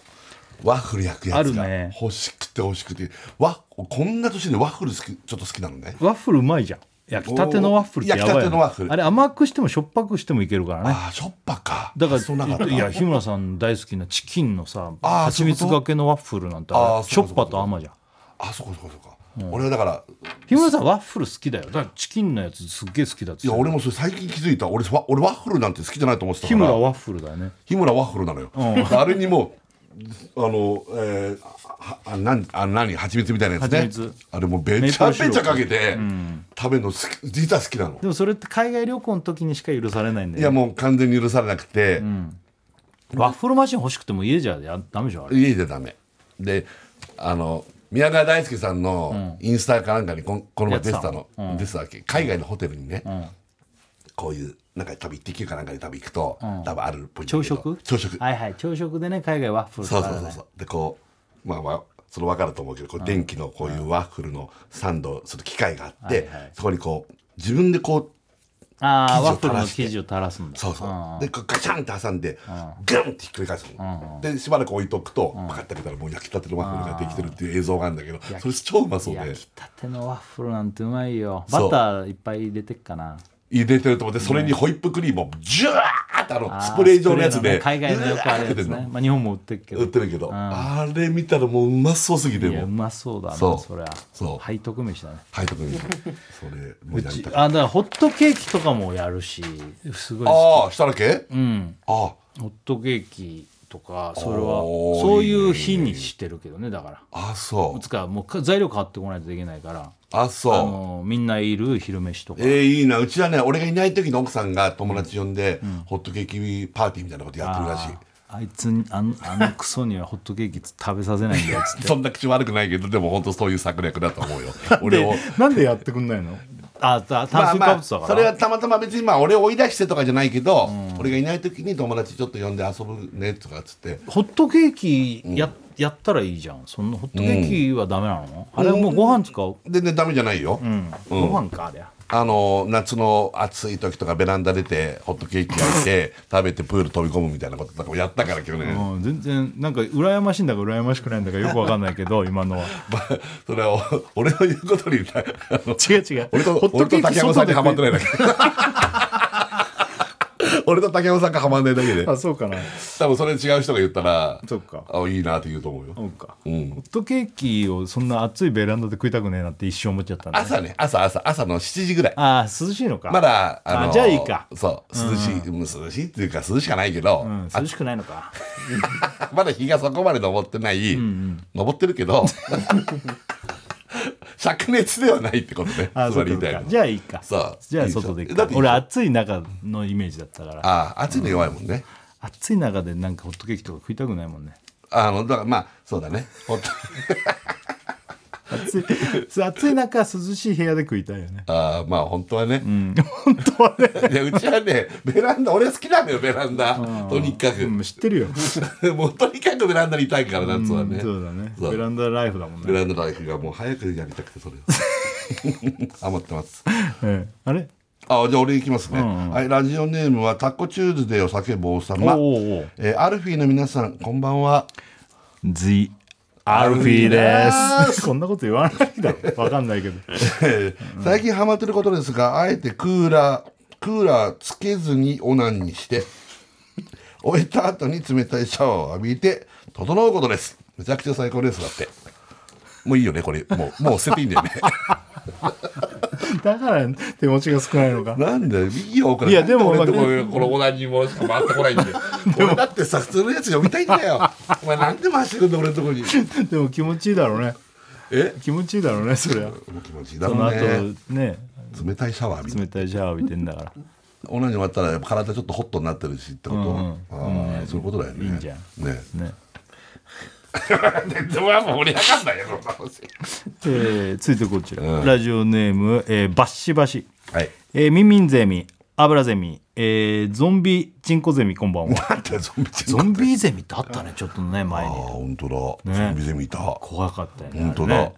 ワッフル焼くやつがあるね欲しくて欲しくて、わこんな年でワッフル好きちょっと好きなのねワッフルうまいじゃん焼きたてのワッフルってやばいよね焼きたてのワッフルあれ甘くしてもしょっぱくしてもいけるからねああしょっぱかだか発想なったらいや日村さん大好きなチキンのさあー蜂蜜そういうことがけのワッフルなんてああーれしそょうかっぱと甘じゃんあそこそこそこ、俺はだから日村さんワッフル好きだよだからチキンのやつすっげえ好きだっいてや俺もそれ最近気づいた俺わ俺ワッフルなんて好きじゃないと思ってたか日ら村ワッフルだよね日村ワッフルなのよ、あれにもあのえー、はあ何あ何蜂蜜みたいなやつね蜂蜜あれもうべちゃべちゃかけて食べるの好き実は好きなのでもそれって海外旅行の時にしか許されないんだいやよねもう完全に許されなくて、ワッフルマシン欲しくても家じゃやダメじゃんあれ家でダメであの宮川大輔さんのインスタかなんかにこんこの前出てたの出てたわけ海外のホテルにね、こういうなんか旅行ってきるかなんかで旅行くと、多分あるっぽいんだけど朝食朝食はいはい朝食でね海外ワッフルとそうかそあうるそうねそうでこうまあまあそれ分かると思うけどこう電気のこういうワッフルのサンドする機械があって、はいはいそこにこう自分でこうああワッフル生の地を垂らして生地を垂らすんだそうそう、んでこうガチャンって挟んで、ガンってひっくり返すの、でしばらく置いとくと、パカッて開けたらもう焼きたてのワッフルができてるっていう映像があるんだけど、それ超うまそうで焼きたてのワッフルなんてうまいよそうバターいっぱい入れてっかな入れてると思ってそれにホイップクリームをジュワーってあのスプレー状のやつでスプレーのね海外のよくあるやつうわーって ね、まあ、日本も売ってるけど売ってるけど、うんあれ見たらもううまそうすぎていやもううまそうだなそそうりゃそう背徳飯だね背徳 にそれもうやりたかったあだからホットケーキとかもやるしすごい好ああしたらけきうんああホットケーキとかそれおーはそういう日にしてるけどねだからあそうつかもうか材料買ってこないとできないからああそうのみんないる昼飯とかえー、いいなうちはね俺がいない時の奥さんが友達呼んで、ホットケーキパーティーみたいなことやってるらしいあーあいつにあんあのクソにはホットケーキ食べさせないんだよっつって そんな口悪くないけどでも本当そういう策略だと思 うよ俺を なんでやってくんないのあたま炭あ水ま化あ物だから、それはたまたま別にまあ俺を追い出してとかじゃないけど、俺がいない時に友達ちょっと呼んで遊ぶねとかっつってホットケーキや,、やったらいいじゃんそんなホットケーキはダメなの、あれはもうご飯使う、全然ダメじゃないよ、ご飯かあれあの夏の暑い時とかベランダ出てホットケーキ焼いて食べてプール飛び込むみたいなこととかもやったから去年、うん、全然なんか羨ましいんだか羨ましくないんだかよくわかんないけど今のはまあ それはお俺の言うことになあの違う違う俺と俺と竹山さんにハマってないだけ俺と竹山さんがハマんないだけで あそうかな多分それ違う人が言ったらそっかあいいなって言うと思うよ、そうか、うんホットケーキをそんな暑いベランダで食いたくねえなって一瞬思っちゃったんだ、ね、朝ね朝朝朝の7時ぐらいああ涼しいのかまだのあじゃあいいかそう涼しい、うん涼しいっていうか涼しかないけど、うん涼しくない のかまだ日がそこまで昇ってない、昇ってるけ ど灼熱ではないってことねあつそうまかそり言いうたいのかはじゃあいいかそうじゃあ外でいいでし行ょだっくてか俺暑い中のイメージだったからあ暑いの弱いもんね暑い中でなんかホットケーキとか食いたくないもんねあのだからまあそうだねほんと暑い そう暑い中涼しい部屋で食いたいよねあーまあ本当はね、本当は ねいやうちはねベランダ俺好きなのよベランダとにかく、うん知ってるよ もうとにかくベランダにいたいから夏はね、そうだねそうベランダライフだもんベね、ランダライフがもう早くやりたくてそれを 余ってますええあれあじゃあ俺行きますね、はいラジオネームはタコチューズデーを叫ぶ王様おうおうえーアルフィーの皆さんこんばんは The アルフィーです。こんなこと言わないだろ。わかんないけど。えー 最近ハマってることですがあえてクーラークーラーつけずにオナンにして 終えた後に冷たいシャワーを浴びて整うことですめちゃくちゃ最高ですだってもういいよねこれもうもう捨てていいんだよねだから手持ちが少ないのか。 なんだよいいよこれいやでもなん俺んとこまこのオナンにもしか回ってこない んで俺だってさ普通のやつ呼びたいんだよお前なんで回してくんだ俺のと こにでも気持ちいいだろうね。え気持ちいいだろうね、そりゃ。もう気持ちいいだそろのう後ねね、冷たいシャワー浴びて冷たいシャワー浴びてんだから。同じ終わったらやっぱ体ちょっとホットになってるしってこと、ああそういうことだよねいいんじゃんねね。 でもやっぱ盛り上がんないよそんな話えー、続いてこちら、ラジオネーム、えー、バッシバシ、はいえー、ミンミンゼミアブラゼミ、えー、ゾンビチンコゼミこんばんはなんて ゾンビゼミゾンビゼミってあったねちょっとね前ああに本当だ、ゾンビゼミいたあ怖かったよね本当だあれね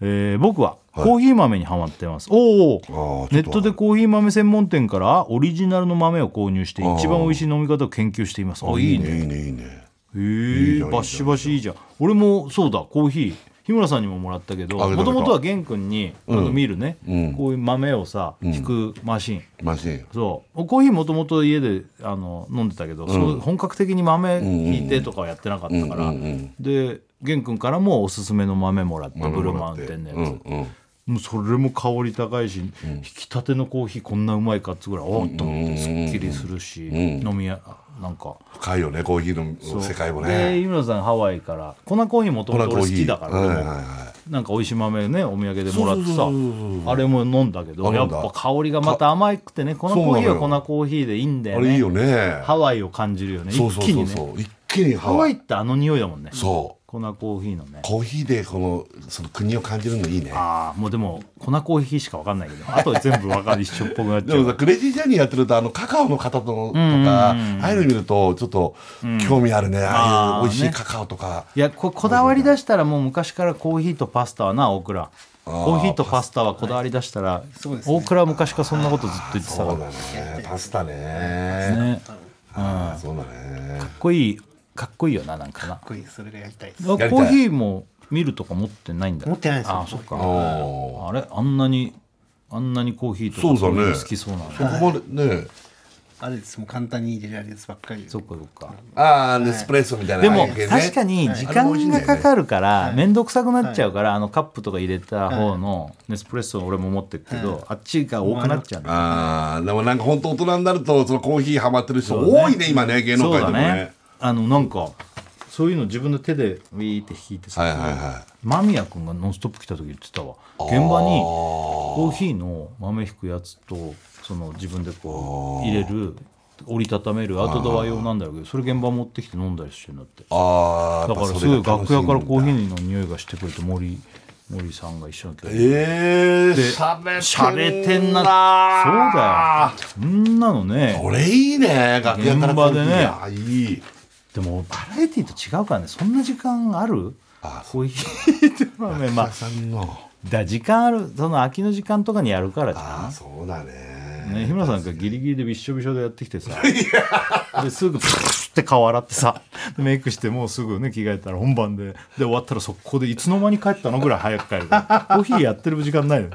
えー僕はコーヒー豆にハマってます、おおあネットでコーヒー豆専門店からオリジナルの豆を購入して一番美味しい飲み方を研究していますあいいねいいねいいねへえじゃんいいじゃんバシバシいいじゃん俺もそうだコーヒー日村さんにももらったけどあげたもともとは玄君にあの見るね、んこういう豆をさ引くマシン、マシンそうコーヒーもともと家であの飲んでたけど、そう本格的に豆ひいてとかはやってなかったから、うんうんで玄君からもおすすめの豆もらってブルーマウンテンのやつ、うんもうそれも香り高いし、引きたてのコーヒーこんなうまいかっつぐらいおっと思ってすっきりするし、飲みやなんか深いよねコーヒーの世界もでね井村さんハワイから粉コーヒーもとほもらとコー俺好ヒーきだから、はい俺はいもはなんか美味しい豆ねお土産でもらってそさうそうそうそうそうあれも飲んだけあど飲やんっだぱ香りがまた甘くてね粉コーヒーそうなのは粉コーヒーでいいんだいあよれいいねよねハワイを感じるよねそうそうそう一気にねそう一気にハハワワイイってあの匂いだもんねそう粉コーヒーのねコーヒーでこのその国を感じるのいいねああもうでも粉コーヒーしか分かんないけどあと全部分かる一緒っぽくなっちでゃもさうクレイジージャーニーやってるとあのカカオの方ととか、ああいうの見るとちょっと興味あるね、ああいう美味しいカカオとか、いやここだわり出したらもう昔からコーヒーとパスタはな大倉コーヒーとパスタはこだわり出したらそうですね大倉は昔からそんなことずっと言ってたそかうだねパスタねらねかっああそうだねこいいかっこいいよななんかなこいいそれがやりたいですコたいーヒーも見るとか持ってないんだ持ってないですよあそっおかおあれあんなにあんなにコーヒーとかそうだねこいの好きそうなのそこまでねあれですもう簡単に入れられるやつばっかりそっかそっかああネスプレッソみたいなでもああいう系ね確かに時間がかかるから面倒くさくなっちゃうからあのカップとか入れた方のネスプレッソ俺も持ってるけどあっちが多くなっちゃうんだよああでもなんか本当大人になるとそのコーヒーハマってる人多いね今ね芸能そう界でだもねねあのなんかそういうの自分の手でウィーって引いてはいはいさは間宮君が「ノンストップ!」来た時言ってたわ現場にコーヒーの豆引くやつとその自分でこう入れる折りたためるアウトドア用なんだろうけどそれ現場持ってきて飲んだりしてるんだっていああだからすごい楽屋からコーヒーーの匂いがしてくれて森森さんが一緒に来てええでー、しゃべ喋ってんななそうだよそんなのねこれいいね楽屋から現場でねコーヒーいやいいでもバラエティと違うからねそんな時間あるあコーヒーって豆まあ田さんのだ時間あるその空きの時間とかにやるからじあゃあそうだねんね日村さんがギリギリでびっしょびしょでやってきてさですぐプッて顔洗ってさメイクしてもうすぐね着替えたら本番でで終わったら速攻でいつの間に帰ったのぐらい早く帰るからコーヒーやってる時間ないの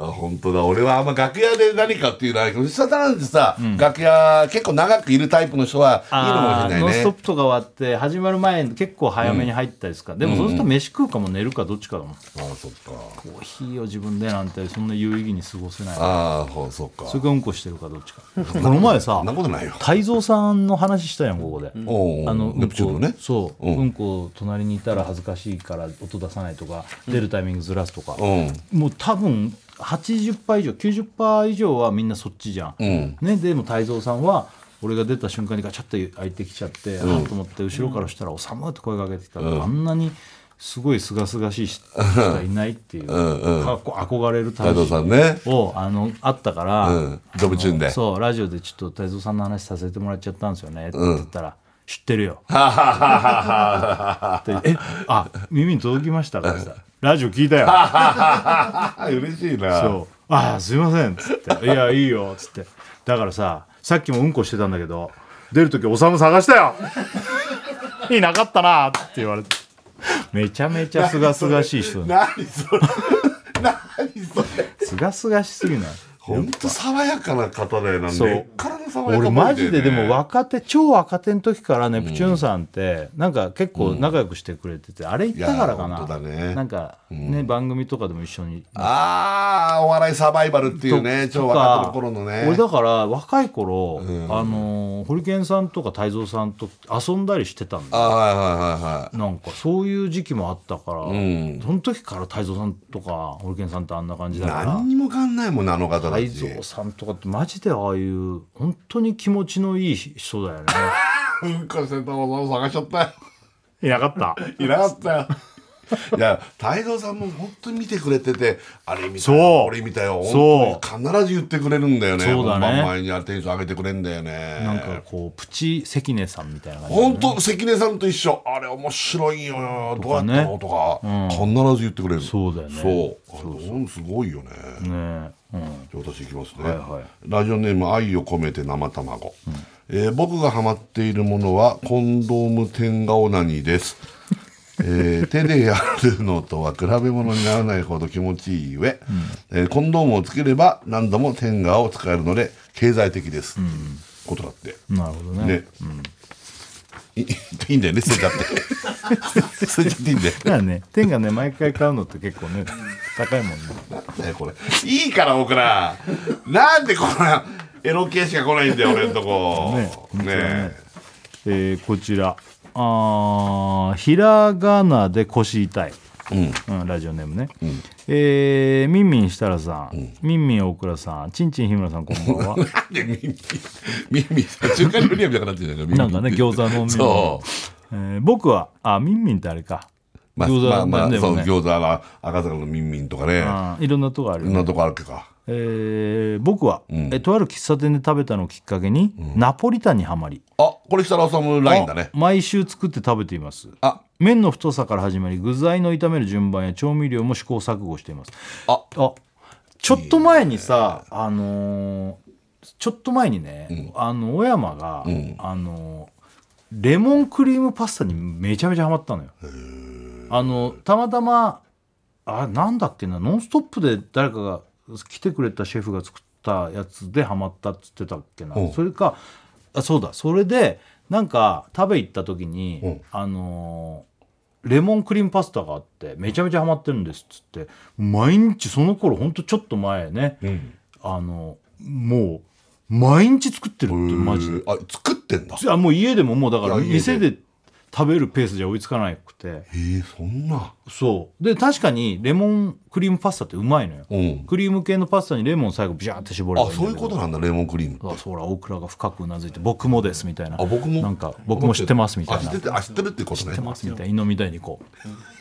あ本当だ俺はあんま楽屋で何かっていうのはないけど吉田さんってさ、楽屋結構長くいるタイプの人はいいのかもあしーれノンないストッねプとか終わって始まる前結構早めに入ったりですか、でもそうすると飯食うかも寝るかどっちかだもん、あーそっかコーヒーを自分でなんてそんな有意義に過ごせないああほそっかそれかうんこしてるかどっ ちかこの前さそんなことないよ泰造さんの話したやんここで、おうおうあのネプチューンのねそう、ううんん、こ隣にいたら恥ずかしいから音出さないとか、出るタイミングずらすとか、うんもう多分80%以上90%以上はみんなそっちじゃん、うんね、でも泰造さんは俺が出た瞬間にガチャッと開いてきちゃって、あーと思って後ろからしたら「おさむ」って声かけてきたら、あんなにすごい清々しい人がいないっていうか憧れる太態蔵度さんねをあのあったから、うんドブチューンでそうラジオでちょっと泰造さんの話させてもらっちゃったんですよねって言ったら、知ってるよってえあ耳に届きましたからさラジオ聞いたよああ嬉しいなそう「ああすいません」っつって「いやいいよ」っつってだからささっきもうんこしてたんだけど出る時おさむ探したよいなかったなって言われてめちゃめちゃすがすがしい人だ何それ何それすがすがしすぎない本当爽やかな方だよなんでそう根っからの爽やか俺マジででもわ若手超若手の時からネプチューンさんってなんか結構仲良くしてくれててあれ行ったからかいやな本当だねなんかね番組とかでも一緒にあーお笑いサバイバルっていうねと超若手の頃のね俺だから若い頃、あのーホリケンさんとか泰造さんと遊んだりしてたんだあーはいはいはいはいなんかそういう時期もあったから、んその時から泰造さんとかホリケンさんってあんな感じだから何にも考えもんねあの方だ泰し造さんとかってマジでああいう本当に気持ちのいい 人だよねうんこしてたものを探しちゃったよいなかったいなかった よいや泰造さんも本当に見てくれててあれ見たそうよこれ見たよそう本当に必ず言ってくれるんだよねそうだね本番前にあれテンション上げてくれんだよねなんかこうプチ関根さんみたいな感じだね、本当関根さんと一緒あれ面白いよどうやったのとか必ず言ってくれるそうだよねそうあれうんすごいよねねえじゃあ私いきますね、はいラジオネーム「愛を込めて生卵」えー僕がハマっているものはコンドーム天がオナニーです」えー 手でやるのとは比べ物にならないほど気持ちいい上、えーコンドームをつければ何度も天がを使えるので経済的です、ことだって。うんなるほどねね、いいいんだよね捨てちゃ って捨てちゃっていいんだよだからね天がね毎回買うのって結構ね 高いもんねねこれいいから僕らなんでこんなエロ系しか来ないんだよ俺んとこね本当だねねえーこちらあーひらがなで腰痛い、うんラジオネームね、えーみんみん設楽さん、みんみん大倉さんちんちん日村さんこんば んはなんでミミミミさ中華料理屋みたいになってるじゃんなんかね餃子のみんそえー僕はあみんみんってあれか、まあ、餃子まあまあ、なんだそようね餃子は赤坂のミンミンとかねあーいろんなとこあるよそんねなとこあるけかえー僕は、えとある喫茶店で食べたのをきっかけに、ナポリタンにはまりあこれ設楽さんもラインだね毎週作って食べていますあ麺の太さから始まり具材の炒める順番や調味料も試行錯誤していますああちょっと前にさあのーちょっと前にね、あの小山が、あのーレモンクリームパスタにめちゃめちゃハマったのよあのたまたまあなんだっけな「ノンストップ!」で誰かが来てくれたシェフが作ったやつでハマったっつってたっけな、うんそれかあそうだそれでなんか食べ行った時に、うんあのーレモンクリームパスタがあってめちゃめちゃハマってるんですっつって毎日その頃ほんとちょっと前ね、あのもう毎日作ってるってマジでへーあ作ってんだあもう家でももうだからいや家で店で食べるペースじゃ追いつかなくてえー、そんなそうで確かにレモンクリームパスタってうまいのよ、うんクリーム系のパスタにレモン最後ビシャーって絞れあばいいんだけそういどうことなんだレモンクリームあそうら大倉が深くうなずいて僕もですみたいなあ僕もなんか僕も知ってますみたいあな知っててあ知ってるってことね知ってますみたいな胃飲みたいにこ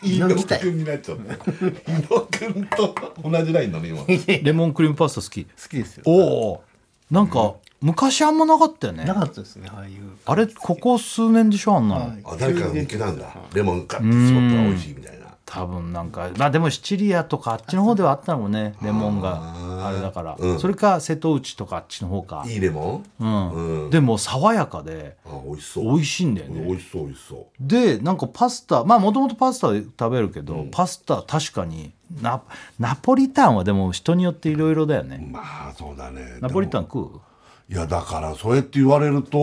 う伊野くんになっちゃうね。伊野くんと同じラインなの今。レモンクリームパスタ好き好きですよおおなんか昔あんまなかったよねなかったですねああいうあれここ数年でしょあんなの、はいあ誰かが抜けなんだ。レモン買ってしまったら美味しいみたいな。多分なんかまあでもシチリアとかあっちの方ではあったのもんねレモンがあれだから、それか瀬戸内とかあっちの方かいいレモン？うん、でも爽やかであ美味しそう。美味しいんだよね美味しそう美味しそでなんかパスタまあもともとパスタ食べるけど、パスタ確かにナナポリタンはでも人によっていろいろだよね、う。まあそうだね。ナポリタン。ン食ういやだからそうやって言われると、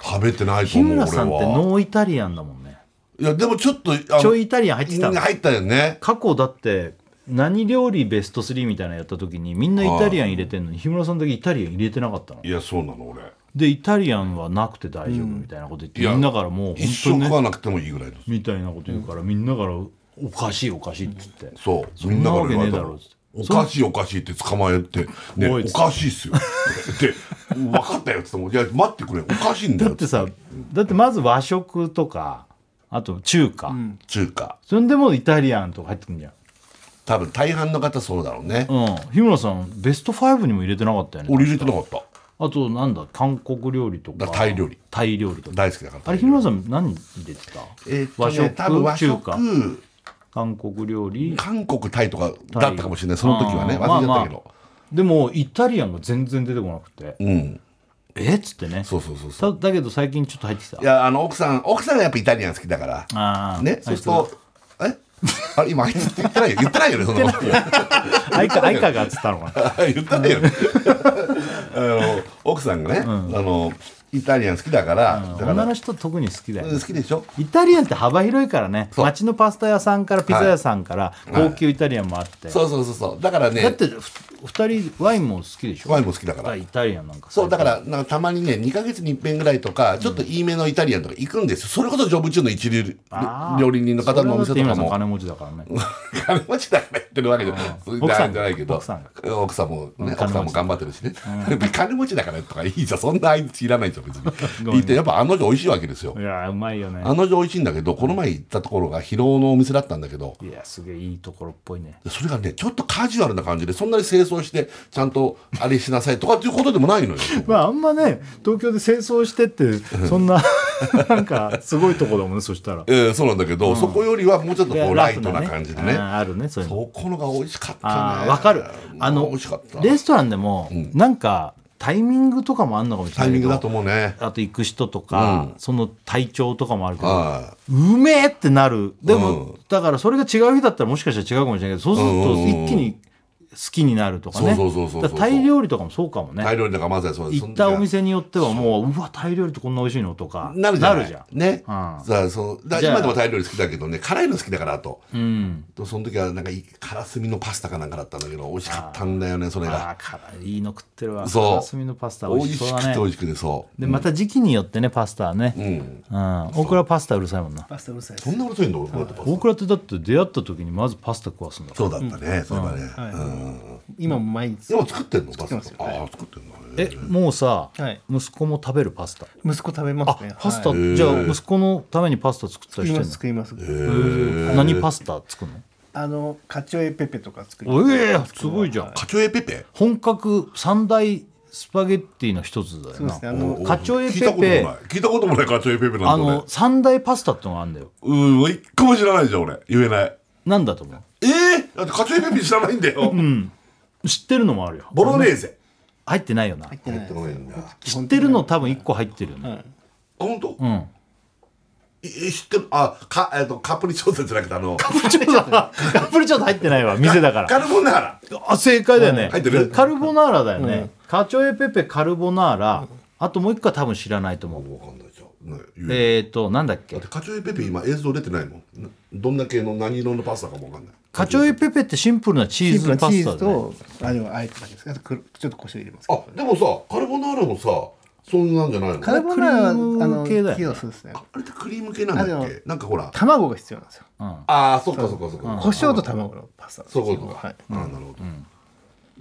食べてないと日思う俺村さんっては。ノーイタリアンだもんねいやでもちょっとちょい入イタリアン入ってたの入ったよね。過去だって何料理ベスト3みたいなのやった時にみんなイタリアン入れてんのに日村さんだけイタリアン入れてなかったのいやそうなの俺。でイタリアンはなくて大丈夫みたいなこと言って、いやみんなからもう本一当生に食ねわなくてもいいぐらいです。みたいなこと言うから、みんなからおかしいおかしいっつって、そう、んみんなから言われなたのわけねえだろっつって。おかしいおかしいって捕まえて、ね、おおいっつってかしいっすよ。って、分かったよっつっても、いや、待ってくれ、おかしいんだだよっ。てさだってまず和食とかあと中華、中華。それでもうイタリアンとか入ってくんじゃん多分大半の方そうだろうね。うん日村さんベスト5にも入れてなかったよね俺入れてなかった。あとなんだ韓国料理とかだタイ料理タイ料理とか大好きだから。あれ日村さん何入れてた、えーっと和ね多分和食中華食、韓国料理韓国、タイとかだったかもしれない。その時はね、忘れちゃっあーたけまあまど。あでもイタリアンが全然出てこなくてうん。えっつってねそうそうそうそうただけど最近ちょっと入ってきたいやあの奥さん奥さんがやっぱイタリアン好きだからあーねそうするとえ あれ今あいつって言ってないよ言ってないよねそ んなこと相川相川がっつったのかな言ったねあの奥さんがね、あのイタリアン好きだから、だから女の人特に好きだようんね好きでしょイタリアンって幅広いからね街のパスタ屋さんからピザ屋さんからはい高級イタリアンもあって、そうそうそうそうだからだっねてふ2人ワインも好きでしょワインも好きだかだかららイタリアンなんかそうだからなんかたまにね2か月に一遍ぐらいとかちょっといいめのイタリアンとか行くんですよそれこそジョブ中の一流あー料理人の方のお店とかそれはだって日村さんも金持ちだから ね金持ちだから言ってるわけじゃない奥さんじゃないけど奥さん奥さんもねん奥さんも頑張ってるしね金持ちだからとかいいじゃんそんな相槌いらないじゃん別に言ってやっぱあの女美味しいわけですよいやーうまいよねあの女美味しいんだけどこの前行ったところが疲労のお店だったんだけどいやすげえいいところっぽいねそれがねちょっとカジュアルな感じでそんなに清掃してちゃんとあれしなさいとかっていうことでもないのよまああんまね東京で清掃してってそ んななんかすごいとこだもんねそしたらええそうなんだけど、そこよりはもうちょっといやこう ライトな感じでねラフなあーあるねそういうのそこのが美味しかったあねーわかるあの美味しかったレストランでもんなんかタイミングとかもあんのかもしれタなイいミけングどだと思うねあと行く人とか、その体調とかもあるけど、はうめえってなる。でも、うんだからそれが違う日だったらもしかしたら違うかもしれないけど、そうするうんとうんうん一気に好きになるとかね。そうそうそうそうそうだからタイ料理とかもそうかもいタイね。料理なんかまずはそうです行ったおそ店によってはもう、うわ、タイ料理ってこんな美味しいのとか。の時はなるじゃんじゃん。ね、うんさあそうだじゃあ今でもタイ料理好きだけどね辛いの好きだからあとうん。とその時はなんかいいからすみのパスタかなんかだったんだけど美味しかったんだよねそれがああ、辛いいいの食ってるわ。そうからすみのパスタ美美味味ししそうくだて美ね。味しくてそうで、また時期によってね、パスタはね。うんうん。大倉パスタうるさいもんな。パスタうるさいでそすんなこと言うんだ俺こうやってパス大倉ってだって出会った時にまずパスタ食わすんだタそうだったね、そういえばね、うん今も毎日今作ってんのパスタますよああ作ってんのねえ、もうさ、はい息子も食べるパスタ。息子食べまあすね、パスタ、はいじゃあ息子のためにパスタ作った作りりしてまんすの作ります何パスタ作るのあのカチオエペペとか作りますええすごいじゃん。カチョエペペ本格三大スパゲッティの一つだよそうですな。ねあおのおカチョエペペ聞いたことない聞いたこともないカチョエペペなあんだのね三大パスタってのがあるんだよ。うん俺一個も知らないじゃん俺言えないなんだと思ええだってカチョエペペ知らないんだよう。知ってるのもあるよ。ボロネーゼ入ってないよな入。ってない入ってこないんだ知ってるの多分一個入ってるよね。あ本当うん。え知ってるあかえっとカプリチョーザじゃなくてあのちょっと カップルちょっと入ってないわ店だから。カルボナーラあ正解だよね入ってる。カルボナーラだよね。カチョエペペカルボナーラ。あともう一個は多分知らないと思う。わかんないじゃんね言えないえーとなんだっけだってカチョエペペ今映像出てないもんなどんな系の何色のパスタかもわかんないカチョエペペってシンプルなチチーーズズパチスータズだ、ね、とあでもあえてだけですあとくるちょっと胡椒入れますあでもさカルボナーラもさそんなんじゃないのカルボナーラはあのクリーム系だよね火をそうですねああれってクリーム系なんだっあでけもなんかほら卵が必要なんですよああそっかそっかそっか胡椒と卵のパスタなんですそけういどうことかはいあーなるほ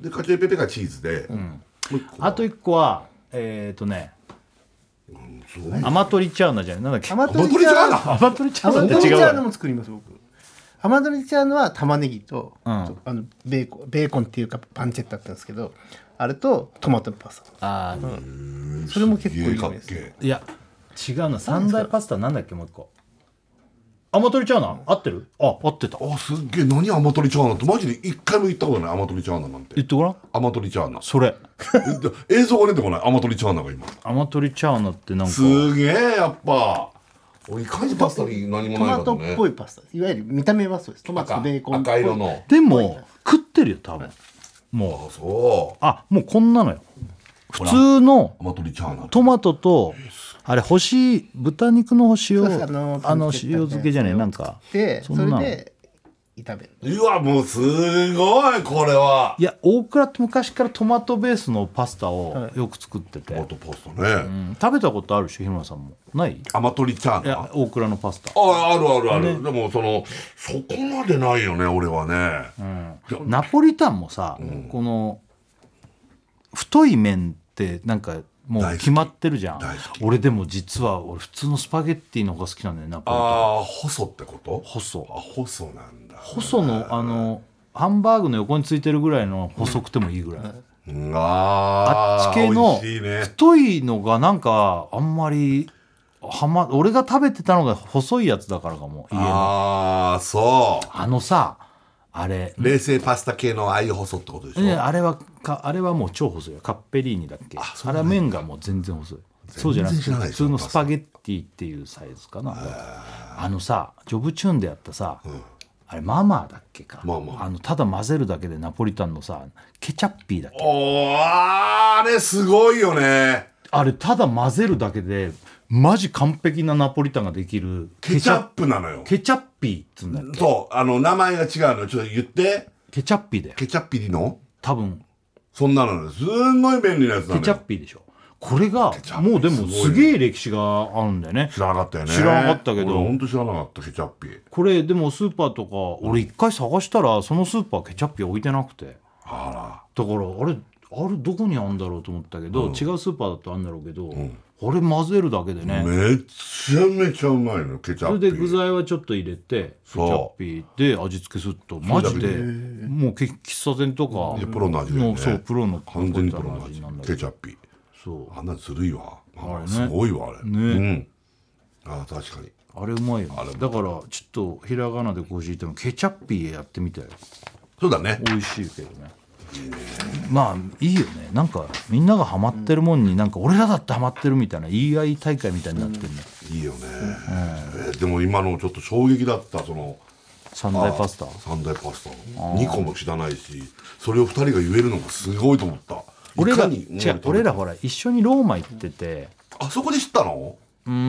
どでカチョエペペがチーズでもう一個はあと一個はえっ、ー、とねすごいアマトリチャーナじゃないなんだっけアアマボトリトチルャじゃーんナだマトリチャーアナマっトリてチ違うャーナわも作ります僕アマトリチャーナは玉ねぎと、うんとあのベーコンベーコンっていうかパンチェッタだったんですけどあれとトマトのパスあータそれも結構有か名っですけえいや違うな三大パスタなんだっけもう一個アマトリチャーナ合ってるあ合ってたあすっげえ何アマトリチャーナってマジで一回も行ったことないアマトリチャーナなん言てってごらんアマトリチャーナそれえ映像が出てこないアマトリチャーナが今アマトリチャーナってなんかすげえやっぱおいいかにパスタに何もトないかマトとっねぽいパスタですいわゆる見た目はそうですトマト赤とベーコンっぽい赤色のでも食ってるよ多分もあうそあもうこんなのよ普ら通のうアマトリチャーナトマトとあれ干し豚肉の干しをそうですあのあの塩漬けじゃねえなんかでそそんなのれで炒めるうわもうすごいこれはいや大倉って昔からトマトベースのパスタをはよく作ってて、トマトパスタうねん食べたことあるでしょ日村さんもないいアマトリチャーナや大倉のパスタああるあるあるでもそのそこまでないよね俺はねナポリタンもさ、この太い麺ってなんかもう大好き決まってるじゃん大好き俺でも実は俺普通のスパゲッティの方が好きなんだよナポリタンああ細ってこと細あ細なんだ細のあのハンバーグの横についてるぐらいの細くてもいいぐらい、うわあーっち系の美味しいね太いのがなんかあんまりはま俺が食べてたのが細いやつだからかも家のああそあのさあれ冷製パスタ系のああいう細ってことでしょ、ねあれはかあれはもう超細いよカッペリーニだっけあ,、れは麺がもう全然細いそうじゃなくて知らない普です通のスパゲッティっていうサイズかなあのさジョブチューンでやったさ、あれママだっけかママあのただ混ぜるだけでナポリタンのさケチャッピーだっけおーあれすごいよねあれただ混ぜるだけでマジ完璧なナポリタンができるケチャップなのよケチャッピーっつうんだよそうあの名前が違うのよちょっと言ってケチャッピーだよケチャッピリの多分そんなのよすんごい便利なやつなのよケチャッピーでしょこれがチャッピーもうですごいもねすげえ歴史があるんだよね知らなかったよね知らなかったけど俺ほんと知らなかったケチャッピこれでもスーパーとか俺一回探したらそのスーパーケチャッピー置いてなくてあだからあれあれどこにあるんだろうと思ったけど、違うスーパーだとあるんだろうけど、あれ混ぜるだけでらねめちゃめちゃうまいのよケチャッそれでピ具材はちょっと入れてケチャッそピーで味付けするとマジでもうけ喫茶店とかいやプロの味だよねのそうプロの完全にプロの味味なんだけケどチャッピそうあんなずるいわあれねすごいわあれねうんあー確かにあれうまいよねだからちょっとひらがなでこじいてもケチャッピーやってみたよそうだね美味しいけどねまあいいよねなんかみんながハマってるもんになんか俺らだってハマってるみたいな言い合い大会みたいになってるねいいよねえーでも今のちょっと衝撃だったその三大パスタ三大パスタの2個も知らないしそれを2人が言えるのがすごいと思った俺いからにうん違う俺らほら一緒にローマ行っててあそこで知ったのアうん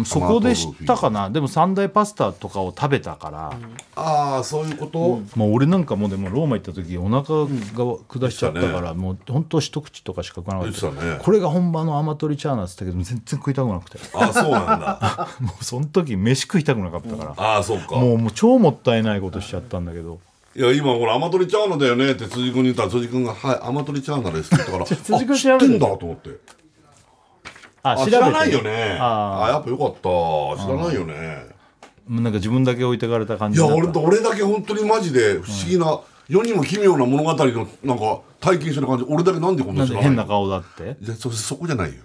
マそこで知ったかなでも三大パスタとかを食べたから、ああそういうこと、まあ、俺なんかもうでもローマ行った時お腹が下しちゃったから、もう本当一口とかしか食わなかった言ってたねこれが本場のアマトリチャーナっつったけど全然食いたくなくてああそうなんだもうその時飯食いたくなかったから、ああそうかもうもう超もったいないことしちゃったんだけどいや今これ「アマトリチャーナだよね」って辻君に言ったら辻君が「はいアマトリチャーナです」って言ったから辻君あ調べ知っててるんだと思ってああ調べ知てらないよねああやっぱよかった知らないよねもうなんか自分だけ置いてかれた感いじやになった俺と俺だけ本当にマジで不思議な、世にも奇妙な物語のなんか体験してる感じ俺だけなんでこんななん知でらない変のな顔だっていやそそこじゃないよ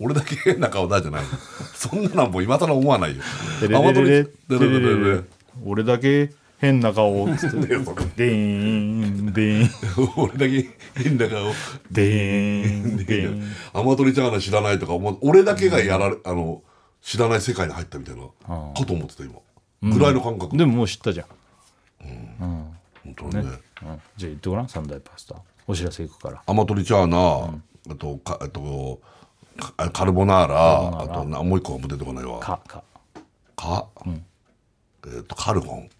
俺だけ変な顔だじゃないよそんなのはもう今更思わないよアマトリチャーナだよねだよね俺だけ変な顔っつってだよそれでーんでーん俺だけ変な顔でーんでーん アマトリチャーナ知らないとか思う俺だけがやられ、あの知らない世界に入ったみたいな、かと思ってた今、ぐらいの感覚でももう知ったじゃん、本当だねうん、じゃあ言ってごらん三大パスタお知らせいくからアマトリチャーナ、あとかあとかカルボナーラあとなもう一個はもう出てこないわかかかえっとカルボ ン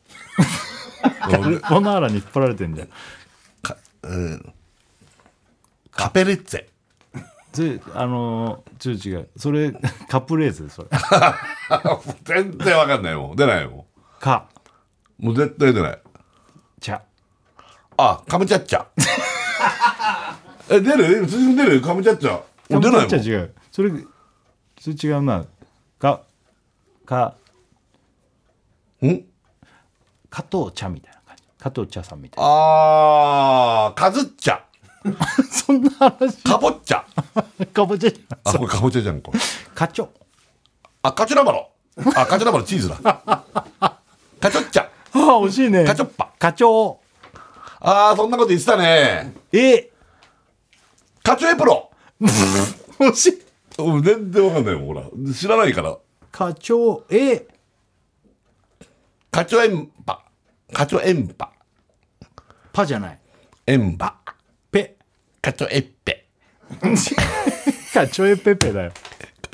カルボナーラに引っ張られてんじゃんか、えーカペレッツェずあのーちょっと違うそれカプレーゼそれ全然わかんないもん出ないもかんもう絶対出ないちゃあカムチャッチャ え出る辻君出るカムチャッチャ俺出ないカもムんチャ違うそれそれ違うなかかん加藤茶みたいな感じ加藤茶さんみたいあー、かずっちゃ。な そんな話かぼっちゃ。かぼちゃじゃんあ、これかぼちゃじゃん、これ。課長あ、かちらまろ。あ、かちらまろチーズ だ。かちょっちゃ。ああ惜しいねかちょっぱ。課長あー、そんなこと言ってたね。えかちょエプロ惜しいン。全然わかんないもん、ほら。知らないから。課長えかちょエンパ。かちょエンパ。パじゃないエンパ。ペかちょエッ ペ。課長えペペだよか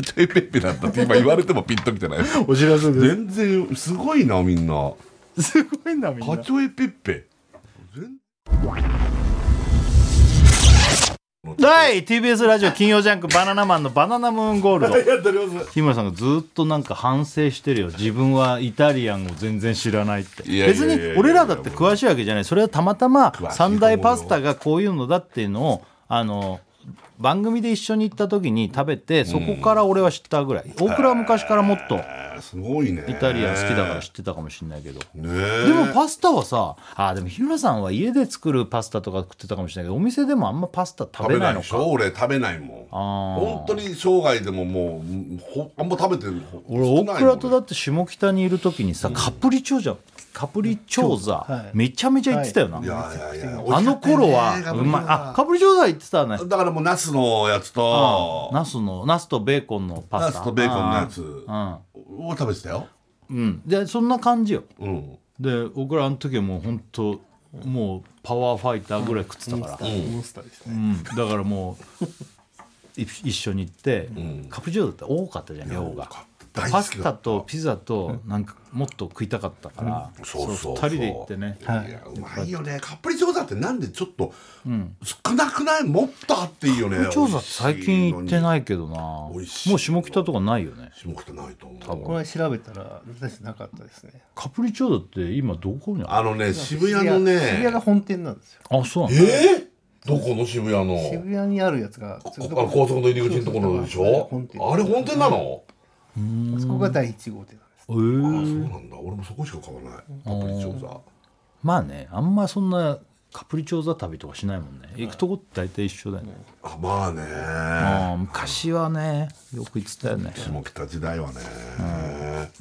ちょエペッペだったって今言われてもピンときてない。お知らせです全然、すごいな、みんな。すごいなみんカなチョエペッペ。第 TBS ラジオ金曜ジャンク「バナナマンのバナナムーンゴールド」やっております。日村さんがずっとなんか反省してるよ自分はイタリアンを全然知らないっていやいやい別やいやに俺らだって詳しいわけじゃないそれはたまたましいと思うよ三大パスタがこういうのだっていうのをあの番組で一緒に行った時に食べてそこから俺は知ったぐらい大倉は昔からもっとえーすごいねイタリアン好きだから知ってたかもしれないけどねでもパスタはさあーでも日村さんは家で作るパスタとか食ってたかもしれないけどお店でもあんまパスタ食食べべなないいのでしかょ俺食べないもんあー本当に生涯でももうほあんま食べてる俺大倉とだっって下北にいる時にさカプリチョーザカプリチョーはザいめちゃめちゃ言ってたよな、いやいやいやあの美味頃はしかったねうまいあカプリチョーザ言ってたねだからもうナスのやつとナスのナスとベーコンのパナスタスとベーコンのやつうんを食べてたようんでそんな感じようんで僕らあの時はもう本当もうパワーファイターぐらい食ってたから、モンスターですねうんだからもうい一緒に行って、カプチョーザって多かったじゃん量が大好きだパスタとピザとなんかもっと食いたかったから、そうそうそう2人で行ってね、いやうまいよねカップリチョーザってなんでちょっと少なくないもっとあっていいよね調査最近行っていないけどなも美う味しいのに下北とかないよね下北ないと思うこれ調べたら私なかったですねカプリチョーザって今どこにあるあのね渋谷の渋谷がね本店なんですよあそうなんだえーどこの渋谷の渋谷にあるやつがこあの高速の入り口のところでしょそうそうそうあれ本店なのあそこが第一号店なんですあえーそうなんだ俺もそこしか買わないカップリチョーザまあねあんまそんなカプリチョーザ旅とかしないもんね行くとこって大体一緒だよね、あまあねあー昔はねよく行ってたよね下北時代はね